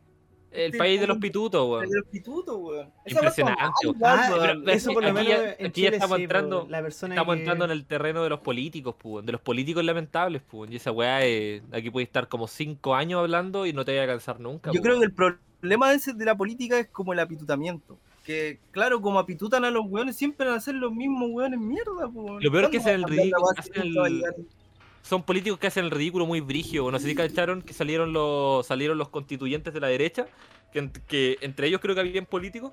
[SPEAKER 6] el
[SPEAKER 5] Sí,
[SPEAKER 6] país de los
[SPEAKER 5] como-
[SPEAKER 6] pitutos, weón.
[SPEAKER 5] del aptituto, weón. Esa weá está
[SPEAKER 6] Impresionante.
[SPEAKER 5] mal,
[SPEAKER 6] weón.
[SPEAKER 7] Ah,
[SPEAKER 5] weón.
[SPEAKER 6] pero-
[SPEAKER 7] eso por lo
[SPEAKER 6] pues, aquí
[SPEAKER 7] menos
[SPEAKER 6] ya-
[SPEAKER 7] en
[SPEAKER 6] aquí ya
[SPEAKER 7] Chile
[SPEAKER 6] estamos
[SPEAKER 7] sí,
[SPEAKER 6] entrando-
[SPEAKER 7] po, la persona
[SPEAKER 6] Estamos
[SPEAKER 7] que-
[SPEAKER 6] entrando en el terreno de los políticos, pues, weón, de los políticos lamentables, pues, weón. y esa weá, eh, aquí puede estar como cinco años hablando y no te voy a cansar nunca.
[SPEAKER 5] Yo
[SPEAKER 6] pues,
[SPEAKER 5] creo
[SPEAKER 6] weón.
[SPEAKER 5] que el problema ese de la política es como el apitutamiento. Que, claro, como apitutan a los weones, siempre van a ser los mismos weones mierda, po, weón.
[SPEAKER 6] Lo peor es
[SPEAKER 5] ¿Cuándo
[SPEAKER 6] que hacen
[SPEAKER 5] va a
[SPEAKER 6] el
[SPEAKER 5] cambiar la
[SPEAKER 6] ridículo,
[SPEAKER 5] weá
[SPEAKER 6] hacen
[SPEAKER 5] que
[SPEAKER 6] el-
[SPEAKER 5] nunca va a llegar?
[SPEAKER 6] Son políticos que hacen el ridículo muy brigio. No sé si cacharon que salieron los, salieron los constituyentes de la derecha, que, en- que entre ellos creo que habían políticos,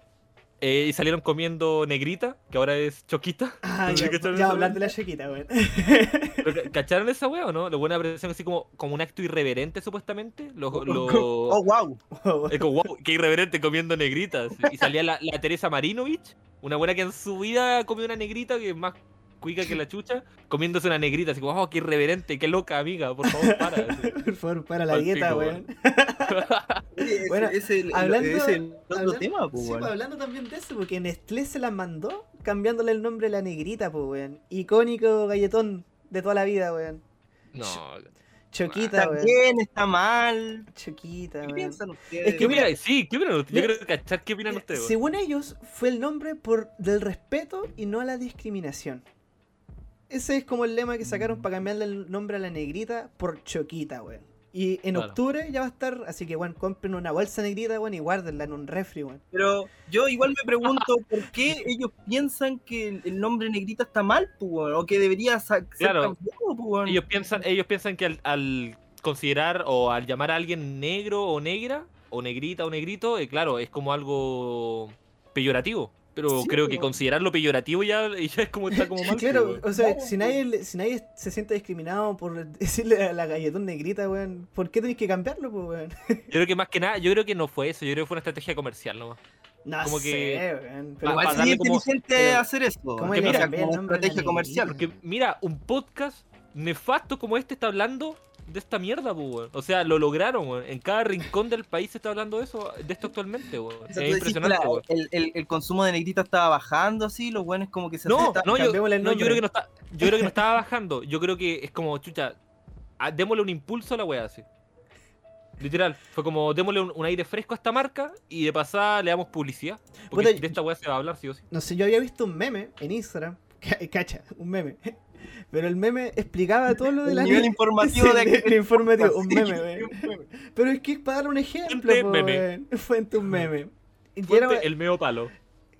[SPEAKER 6] eh, y salieron comiendo negrita, que ahora es choquita.
[SPEAKER 7] Ah,
[SPEAKER 6] No sé
[SPEAKER 7] ya,
[SPEAKER 6] qué tal
[SPEAKER 7] ya
[SPEAKER 6] esa
[SPEAKER 7] hablar
[SPEAKER 6] weá.
[SPEAKER 7] de la chiquita, weón.
[SPEAKER 6] Pero ca- ¿Cacharon esa wea o no? Lo buena apreciación así como, como un acto irreverente, supuestamente. Los, los-
[SPEAKER 5] Oh, wow.
[SPEAKER 6] Es como, wow, qué irreverente comiendo negritas. Y salía la, la Teresa Marinovich, una buena que en su vida comió una negrita que es más cuica que la chucha, comiéndose una negrita. Así como, oh, qué irreverente, qué loca, amiga, por favor, para. Así.
[SPEAKER 7] Por favor, para la
[SPEAKER 6] Al
[SPEAKER 7] dieta,
[SPEAKER 6] pico,
[SPEAKER 7] weón.
[SPEAKER 5] Oye, ese-
[SPEAKER 7] Bueno,
[SPEAKER 5] ese es el-
[SPEAKER 7] hablando-
[SPEAKER 5] ese es el otro
[SPEAKER 7] hablando-
[SPEAKER 5] tema, po,
[SPEAKER 7] Sí,
[SPEAKER 5] weón.
[SPEAKER 7] pues, hablando también de eso, porque Nestlé se las mandó cambiándole el nombre a la negrita, pues, weón. Icónico galletón de toda la vida, weón.
[SPEAKER 6] No.
[SPEAKER 7] Choquita,
[SPEAKER 5] Está
[SPEAKER 7] weón.
[SPEAKER 5] bien, está mal.
[SPEAKER 7] Choquita,
[SPEAKER 5] ¿Qué
[SPEAKER 7] weón.
[SPEAKER 5] piensan ustedes?
[SPEAKER 7] que
[SPEAKER 6] ¿Qué
[SPEAKER 7] mira-
[SPEAKER 6] opinan? Sí, ¿qué opinan ustedes? Yo
[SPEAKER 7] mira-
[SPEAKER 6] creo que cachar, ¿qué opinan ustedes? weón?
[SPEAKER 7] Según ellos, fue el nombre por del respeto y no a la discriminación. Ese es como el lema que sacaron para cambiarle el nombre a la negrita por Choquita, weón. Y en
[SPEAKER 6] Claro.
[SPEAKER 7] octubre ya va a estar, así que, weón, compren una bolsa negrita, weón, y guárdenla en un refri, weón.
[SPEAKER 5] Pero yo igual me pregunto por qué ellos piensan que el- el nombre negrita está mal, pues, weón, o que debería sa- ser
[SPEAKER 6] Claro.
[SPEAKER 5] cambiado, pues, weón.
[SPEAKER 6] Ellos piensan, ellos piensan que al, al considerar o al llamar a alguien negro o negra, o negrita o negrito, eh, claro, es como algo peyorativo. Pero
[SPEAKER 5] Sí,
[SPEAKER 6] creo que
[SPEAKER 5] weón.
[SPEAKER 6] considerarlo peyorativo ya, ya es como está como mal.
[SPEAKER 7] Claro,
[SPEAKER 6] weón.
[SPEAKER 7] o sea, si nadie, le- si nadie se siente discriminado por decirle a la galletón negrita, weón, ¿por qué tenéis que cambiarlo, pues, weón?
[SPEAKER 6] Yo creo que más que nada, yo creo que no fue eso, yo creo que fue una estrategia comercial nomás.
[SPEAKER 7] No
[SPEAKER 6] Como
[SPEAKER 7] sé,
[SPEAKER 6] que-
[SPEAKER 7] weón.
[SPEAKER 6] Ah,
[SPEAKER 7] Pero
[SPEAKER 6] para
[SPEAKER 5] Igual sería
[SPEAKER 6] darle como- eh,
[SPEAKER 5] inteligente
[SPEAKER 7] pero-
[SPEAKER 5] hacer eso,
[SPEAKER 7] ¿Cómo
[SPEAKER 5] que
[SPEAKER 6] le
[SPEAKER 5] sea
[SPEAKER 7] cambié el
[SPEAKER 5] como
[SPEAKER 7] nombre a la
[SPEAKER 5] estrategia comercial.
[SPEAKER 7] negrita?
[SPEAKER 6] Porque mira, un podcast nefasto como este está hablando de esta mierda, po, weón. O sea, lo lograron, weón. En cada rincón del país se está hablando de eso, de esto actualmente, weón.
[SPEAKER 5] O
[SPEAKER 6] Es
[SPEAKER 5] sea, tú decís que
[SPEAKER 6] impresionante,
[SPEAKER 5] la-
[SPEAKER 6] weón.
[SPEAKER 5] el, el- el consumo de negrita estaba bajando así, los buenos como que se
[SPEAKER 6] No,
[SPEAKER 5] aceptan.
[SPEAKER 6] no, yo,
[SPEAKER 7] cambiémosle el
[SPEAKER 6] no, yo
[SPEAKER 7] nombre.
[SPEAKER 6] creo que no está, yo creo que no estaba bajando. Yo creo que es como, chucha, ah, démosle un impulso a la weá así. Literal, fue como démosle un, un aire fresco a esta marca y de pasada le damos publicidad. Porque
[SPEAKER 7] Puta,
[SPEAKER 6] de esta weá se va a hablar, sí o sí.
[SPEAKER 7] no sé, yo había visto un meme en Instagram, ca- cacha, un meme. Pero el meme explicaba todo lo de
[SPEAKER 5] El
[SPEAKER 7] la
[SPEAKER 5] nivel informativo de
[SPEAKER 7] Sí, el informativo, un
[SPEAKER 5] Sí,
[SPEAKER 7] meme, weón. Pero es que es para dar un ejemplo,
[SPEAKER 6] Fuente
[SPEAKER 7] po,
[SPEAKER 6] meme.
[SPEAKER 7] weón. Fuente un meme. Y era
[SPEAKER 6] Fuente el meo palo.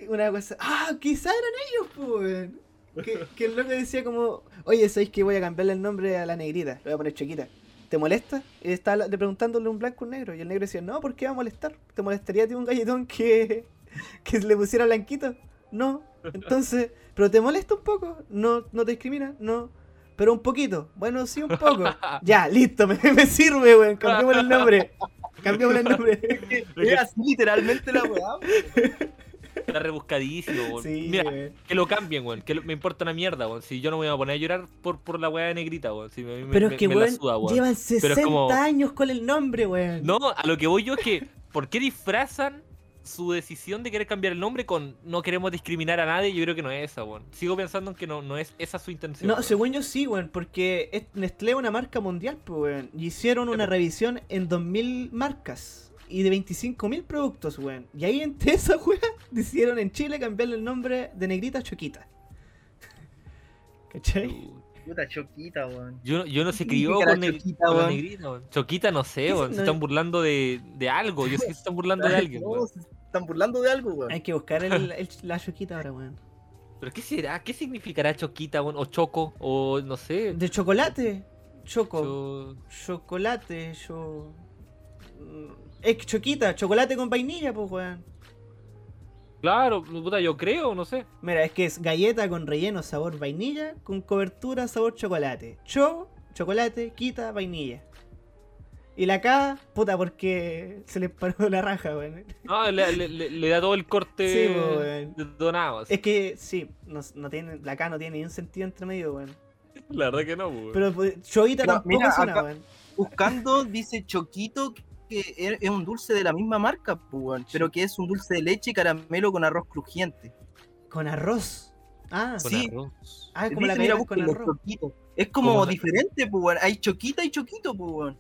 [SPEAKER 7] una cosa, ah, quizá eran
[SPEAKER 2] pues,
[SPEAKER 7] ellos, po, weón. Que, que el loco decía como, oye, ¿sabéis que voy a cambiarle el nombre a la negrita? Le voy a poner Choquita.
[SPEAKER 2] ¿te molesta? Y estaba la- le preguntándole a un blanco a un negro. Y el negro decía, no, ¿por qué va a molestar? ¿Te molestaría a ti un galletón que, que le pusiera blanquito? No. Entonces, pero te molesta un poco. No, no te discrimina, no. Pero un poquito. Bueno, sí, un poco. Ya, listo, me, me sirve, weón. Cambiamos el nombre. Cambiamos el nombre.
[SPEAKER 5] Era así literalmente la weá.
[SPEAKER 6] Está rebuscadísimo, weón.
[SPEAKER 2] Sí,
[SPEAKER 6] Mira,
[SPEAKER 2] weón.
[SPEAKER 6] que lo cambien, weón. Que lo- me importa una mierda, weón. Si yo no me voy a poner a llorar por, por la weá de negrita, weón. Si me, me-
[SPEAKER 2] Pero
[SPEAKER 6] me-
[SPEAKER 2] es que,
[SPEAKER 6] me la
[SPEAKER 2] weón,
[SPEAKER 6] suda, weón.
[SPEAKER 2] llevan
[SPEAKER 6] es
[SPEAKER 2] 60
[SPEAKER 6] como-
[SPEAKER 2] años con el nombre, weón.
[SPEAKER 6] No, a lo que voy yo es que, ¿por qué disfrazan su decisión de querer cambiar el nombre con no queremos discriminar a nadie? Yo creo que no es esa, weón. Sigo pensando en que no, no es esa su intención.
[SPEAKER 2] No,
[SPEAKER 6] weón.
[SPEAKER 2] según yo sí, weón, porque es- Nestlé es una marca mundial, pues, weón. Y hicieron
[SPEAKER 6] pues.
[SPEAKER 2] una revisión en 2.000 marcas y de 25.000 productos, weón. Y ahí entre esas, weón, decidieron en Chile cambiarle el nombre de Negrita a Choquita. ¿Cachai?
[SPEAKER 5] Puta choquita, weón.
[SPEAKER 6] Yo, no- yo no se
[SPEAKER 5] ¿Qué
[SPEAKER 6] crió
[SPEAKER 5] significa
[SPEAKER 6] con,
[SPEAKER 5] la
[SPEAKER 6] neg-
[SPEAKER 5] Choquita,
[SPEAKER 6] con la
[SPEAKER 5] weón?
[SPEAKER 6] negrita, weón. Choquita, no sé,
[SPEAKER 2] ¿Qué
[SPEAKER 6] weón. Se
[SPEAKER 2] signo-
[SPEAKER 6] están burlando de, de algo. Yo sé que se están burlando de alguien,
[SPEAKER 5] No,
[SPEAKER 6] weón.
[SPEAKER 5] se están burlando de algo, weón.
[SPEAKER 2] Hay que buscar el- el- la Choquita ahora, weón.
[SPEAKER 6] ¿Pero qué será? ¿Qué significará choquita, weón? O choco, o no sé.
[SPEAKER 2] De chocolate. Choco.
[SPEAKER 6] Cho-
[SPEAKER 2] Chocolate, yo. Mm, Es que Choquita, chocolate con vainilla, pues, weón.
[SPEAKER 6] Claro, puta, yo creo, no sé.
[SPEAKER 2] Mira, es que es galleta con relleno sabor vainilla con cobertura sabor chocolate. Cho, chocolate, quita, vainilla. Y la K, puta, porque se le paró la raja, weón.
[SPEAKER 6] No, le, le- le- le da todo el corte
[SPEAKER 2] Sí, po, weón.
[SPEAKER 6] donado. así.
[SPEAKER 2] Es que sí, no, no tiene, la K no tiene ni un sentido entre medio, weón.
[SPEAKER 6] La verdad que no, weón.
[SPEAKER 2] Pero pues, choita
[SPEAKER 5] Pero,
[SPEAKER 2] tampoco
[SPEAKER 5] mira,
[SPEAKER 2] suena,
[SPEAKER 5] acá-
[SPEAKER 2] weón.
[SPEAKER 5] Buscando dice choquito que er, es es un dulce de la misma marca, pues, weón, pero que es un dulce de leche y caramelo con arroz crujiente.
[SPEAKER 2] Con arroz. Ah,
[SPEAKER 6] Con
[SPEAKER 5] sí.
[SPEAKER 6] arroz.
[SPEAKER 2] ah, es como la
[SPEAKER 5] Dice, Pues, mira,
[SPEAKER 2] galleta con
[SPEAKER 5] búsquenlo,
[SPEAKER 2] arroz.
[SPEAKER 5] choquito. Es como
[SPEAKER 6] ¿Cómo se-
[SPEAKER 5] diferente, pues, weón. Hay choquita y choquito, pues, weón.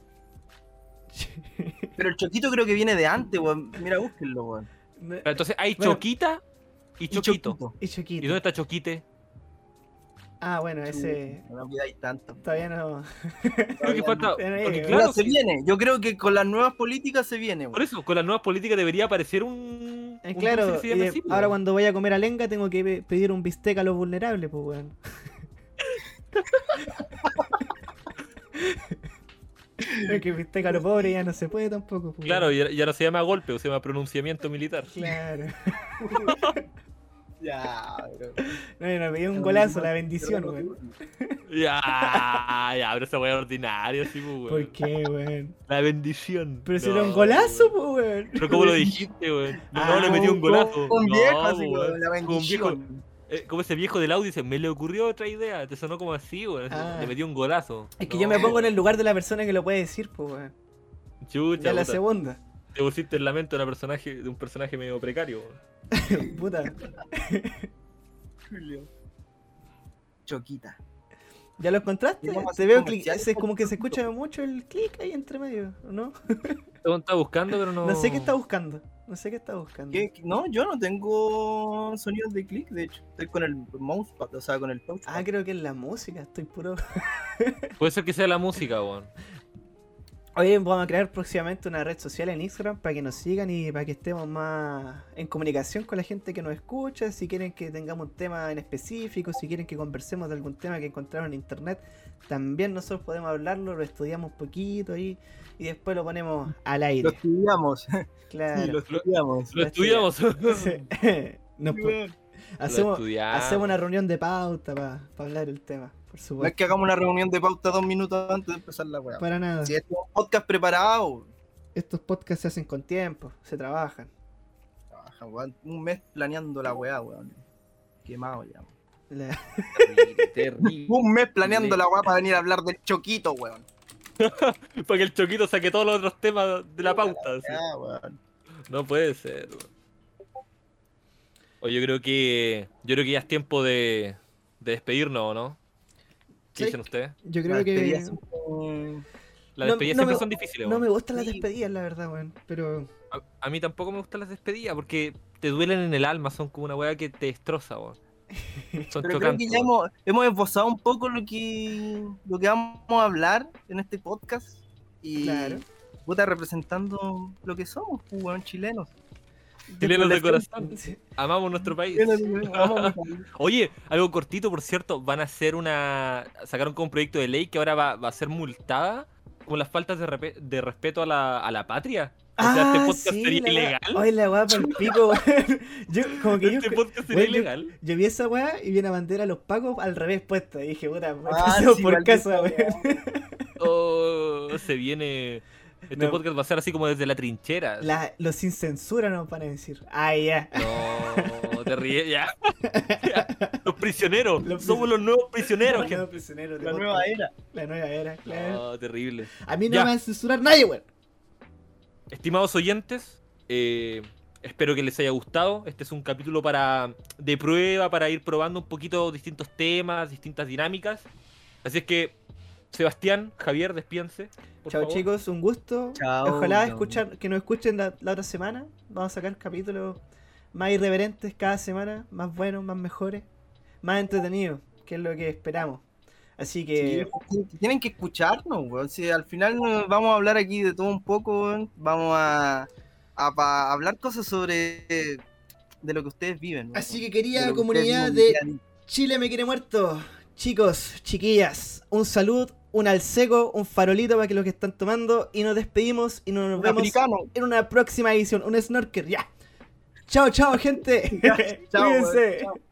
[SPEAKER 5] Pero el choquito creo que viene de antes, weón. Mira, búsquenlo, weón.
[SPEAKER 6] Pero Entonces hay
[SPEAKER 2] Bueno.
[SPEAKER 6] choquita y
[SPEAKER 5] Y
[SPEAKER 6] choquito.
[SPEAKER 2] y
[SPEAKER 6] ¿Y
[SPEAKER 2] choquita.
[SPEAKER 6] dónde está choquite?
[SPEAKER 2] Ah, bueno, ese.
[SPEAKER 5] No olvidáis tanto.
[SPEAKER 2] Todavía no.
[SPEAKER 6] Creo que falta.
[SPEAKER 2] Pero, eh,
[SPEAKER 6] Porque
[SPEAKER 2] weón.
[SPEAKER 5] Mira,
[SPEAKER 6] claro,
[SPEAKER 5] se
[SPEAKER 6] sí,
[SPEAKER 5] viene. Yo creo que con las nuevas políticas se viene,
[SPEAKER 6] por
[SPEAKER 5] weón.
[SPEAKER 6] eso, con las nuevas políticas debería aparecer un.
[SPEAKER 2] Eh,
[SPEAKER 6] un
[SPEAKER 2] claro,
[SPEAKER 6] dulce que se
[SPEAKER 2] y
[SPEAKER 6] llame
[SPEAKER 2] de-
[SPEAKER 6] así, po,
[SPEAKER 2] ahora
[SPEAKER 6] weón.
[SPEAKER 2] cuando vaya a comer alenga tengo que pe- pedir un bistec a los vulnerables, pues weón. es que bistec a los pobres ya no se puede tampoco, pues,
[SPEAKER 6] Claro,
[SPEAKER 2] weón.
[SPEAKER 6] ya, ya no se llama golpe, se llama pronunciamiento militar.
[SPEAKER 2] Claro.
[SPEAKER 5] Ya, bro.
[SPEAKER 2] No, yo no pedí un golazo, la bendición, weón.
[SPEAKER 6] Ya, ya, pero esa weá es ordinaria, sí, po, weón.
[SPEAKER 2] ¿Por qué, weón?
[SPEAKER 6] La bendición.
[SPEAKER 2] Pero si era un
[SPEAKER 6] No,
[SPEAKER 2] golazo,
[SPEAKER 6] weón.
[SPEAKER 2] pues weón.
[SPEAKER 6] Pero ¿cómo lo dijiste, weón? No,
[SPEAKER 2] Ah,
[SPEAKER 6] no, le metí un golazo.
[SPEAKER 5] Con
[SPEAKER 6] No,
[SPEAKER 5] viejo, así,
[SPEAKER 6] weón.
[SPEAKER 5] weón. La
[SPEAKER 6] Con un viejo-
[SPEAKER 5] bendición.
[SPEAKER 6] eh, como ese viejo del audio dice, me le ocurrió otra idea, te sonó como así, weón.
[SPEAKER 2] Ah.
[SPEAKER 6] Le metí un golazo.
[SPEAKER 2] Es que
[SPEAKER 6] No,
[SPEAKER 2] yo me pongo en el
[SPEAKER 6] weón.
[SPEAKER 2] lugar de la persona que lo puede decir, pues weón.
[SPEAKER 6] Chucha,
[SPEAKER 2] Ya la
[SPEAKER 6] puta,
[SPEAKER 2] segunda.
[SPEAKER 6] te pusiste el lamento de, una personaje, de un personaje medio precario, weón.
[SPEAKER 2] Puta.
[SPEAKER 5] Choquita.
[SPEAKER 2] ¿Ya lo encontraste?
[SPEAKER 5] Vamos a
[SPEAKER 2] Te
[SPEAKER 5] hacer
[SPEAKER 2] veo clic.
[SPEAKER 5] comerciales
[SPEAKER 2] ese Es
[SPEAKER 5] con
[SPEAKER 2] como que se
[SPEAKER 5] producto.
[SPEAKER 2] escucha mucho el clic ahí entre medio, ¿o ¿no?
[SPEAKER 6] Este weón está buscando, pero no.
[SPEAKER 2] No sé qué está buscando. No sé qué está buscando.
[SPEAKER 5] ¿Qué- qué- No, yo no tengo sonidos de clic, de hecho. Estoy con el mousepad, o sea, con el touchpad.
[SPEAKER 2] Ah, creo que es la música. Estoy puro.
[SPEAKER 6] Puede ser que sea la música, weón.
[SPEAKER 2] Oye, vamos a crear próximamente una red social en Instagram para que nos sigan y para que estemos más en comunicación con la gente que nos escucha. Si quieren que tengamos un tema en específico, si quieren que conversemos de algún tema que encontraron en internet, también nosotros podemos hablarlo, lo estudiamos un poquito ahí y después lo ponemos al
[SPEAKER 5] Lo
[SPEAKER 2] aire.
[SPEAKER 5] estudiamos.
[SPEAKER 2] Claro.
[SPEAKER 5] Sí, lo estudiamos.
[SPEAKER 6] Lo
[SPEAKER 2] La
[SPEAKER 6] estudiamos.
[SPEAKER 2] Nos po-
[SPEAKER 6] Lo
[SPEAKER 2] hacemos,
[SPEAKER 6] estudiamos.
[SPEAKER 2] hacemos una reunión de pauta para hablar el tema, por
[SPEAKER 5] No es
[SPEAKER 2] supuesto.
[SPEAKER 5] que hagamos una reunión de pauta dos minutos antes de empezar la weá.
[SPEAKER 2] Para nada.
[SPEAKER 5] Si este es un podcast preparado,
[SPEAKER 2] Estos podcasts se hacen con tiempo, se trabajan.
[SPEAKER 5] trabaja, weón. un mes planeando la weá, weón. Quemado ya. weón.
[SPEAKER 2] La-
[SPEAKER 6] Terrible, terrible.
[SPEAKER 5] Un mes planeando la weá para venir a hablar del choquito, weón.
[SPEAKER 6] Para que el choquito saque todos los otros temas de la pauta. así.
[SPEAKER 2] Ah,
[SPEAKER 5] Ya, weón.
[SPEAKER 6] No puede ser. weón. Oye, yo creo que. Yo creo que ya es tiempo de, de despedirnos, ¿o ¿no? ¿Qué
[SPEAKER 2] Sí.
[SPEAKER 6] dicen ustedes?
[SPEAKER 2] Yo creo
[SPEAKER 5] Las
[SPEAKER 2] que.
[SPEAKER 5] despedidas son como-
[SPEAKER 6] Las
[SPEAKER 2] No,
[SPEAKER 6] despedidas
[SPEAKER 2] no
[SPEAKER 6] siempre
[SPEAKER 2] me-
[SPEAKER 6] son difíciles,
[SPEAKER 2] No
[SPEAKER 6] weón.
[SPEAKER 2] me gustan las
[SPEAKER 5] Sí.
[SPEAKER 2] despedidas, la verdad, weón. Pero.
[SPEAKER 6] a, a mí tampoco me gustan las despedidas porque te duelen en el alma, son como una weá que te destroza, weón. Son
[SPEAKER 5] Pero creo que
[SPEAKER 6] chocantes.
[SPEAKER 5] ya
[SPEAKER 6] weón.
[SPEAKER 5] hemos, hemos esbozado un poco lo que, lo que vamos a hablar en este podcast. Y
[SPEAKER 2] Claro.
[SPEAKER 5] puta, representando lo que somos, pues, weón, chilenos.
[SPEAKER 6] Chilenos de
[SPEAKER 5] población.
[SPEAKER 6] corazón, amamos nuestro país.
[SPEAKER 5] Vamos,
[SPEAKER 6] Oye, algo cortito, por cierto, van a hacer una. Sacaron como un proyecto de ley que ahora va, va a ser multada como las faltas de, repe- de respeto a la, a la patria. O sea,
[SPEAKER 2] Ah,
[SPEAKER 6] este podcast
[SPEAKER 2] sí,
[SPEAKER 6] sería
[SPEAKER 2] la weá.
[SPEAKER 6] ilegal.
[SPEAKER 2] Oye, la weá por el pico, weón. Yo, como que yo,
[SPEAKER 6] este podcast sería
[SPEAKER 2] weón, yo-
[SPEAKER 6] ilegal.
[SPEAKER 2] yo vi esa weá y vi una bandera a los pacos al revés puesta. Y dije, puta, me
[SPEAKER 5] Ah,
[SPEAKER 2] paseo
[SPEAKER 5] sí,
[SPEAKER 2] por
[SPEAKER 5] maldita
[SPEAKER 2] casa,
[SPEAKER 5] weá.
[SPEAKER 2] weón.
[SPEAKER 6] O se viene. Este
[SPEAKER 2] No.
[SPEAKER 6] podcast va a ser así como desde la trinchera.
[SPEAKER 2] La- los sin censura nos van a decir. Ah, ya.
[SPEAKER 6] No, te ríes ya. Ya. Los prisioneros.
[SPEAKER 2] Los
[SPEAKER 6] Somos los nuevos prisioneros,
[SPEAKER 2] Los
[SPEAKER 6] gente.
[SPEAKER 2] prisioneros de
[SPEAKER 5] La
[SPEAKER 2] podcast.
[SPEAKER 5] nueva era. Ah.
[SPEAKER 2] La nueva era, claro.
[SPEAKER 6] No, terrible.
[SPEAKER 2] A mí no
[SPEAKER 6] Ya.
[SPEAKER 2] me van a censurar nadie, weón.
[SPEAKER 6] Estimados oyentes, eh, espero que les haya gustado. Este es un capítulo para de prueba, para ir probando un poquito distintos temas, distintas dinámicas. Así es que, Sebastián, Javier, despídense. por
[SPEAKER 2] Chao
[SPEAKER 6] favor.
[SPEAKER 2] chicos, un gusto.
[SPEAKER 5] Chao,
[SPEAKER 2] Ojalá
[SPEAKER 5] chao.
[SPEAKER 2] escuchar, que nos escuchen la, la otra semana. Vamos a sacar capítulos más irreverentes cada semana, más buenos, más mejores, más entretenidos, que es lo que esperamos. Así que
[SPEAKER 5] Sí, tienen que escucharnos, weón. Si al final eh, vamos a hablar aquí de todo un poco, weón. Vamos a, a pa- hablar cosas sobre eh, de lo que ustedes viven. weón.
[SPEAKER 2] Así que
[SPEAKER 5] De
[SPEAKER 2] querida
[SPEAKER 5] lo que ustedes
[SPEAKER 2] comunidad de
[SPEAKER 5] viven
[SPEAKER 2] Chile me quiere muerto. Chicos, chiquillas, un salud, un alceco, un farolito para que los que están tomando y nos despedimos y nos
[SPEAKER 5] día a día.
[SPEAKER 2] vemos
[SPEAKER 5] Africano.
[SPEAKER 2] en una próxima edición, un snorker, ya. Chao, chao, gente.
[SPEAKER 5] Chao, weón.
[SPEAKER 2] Cuídense.
[SPEAKER 5] Chao.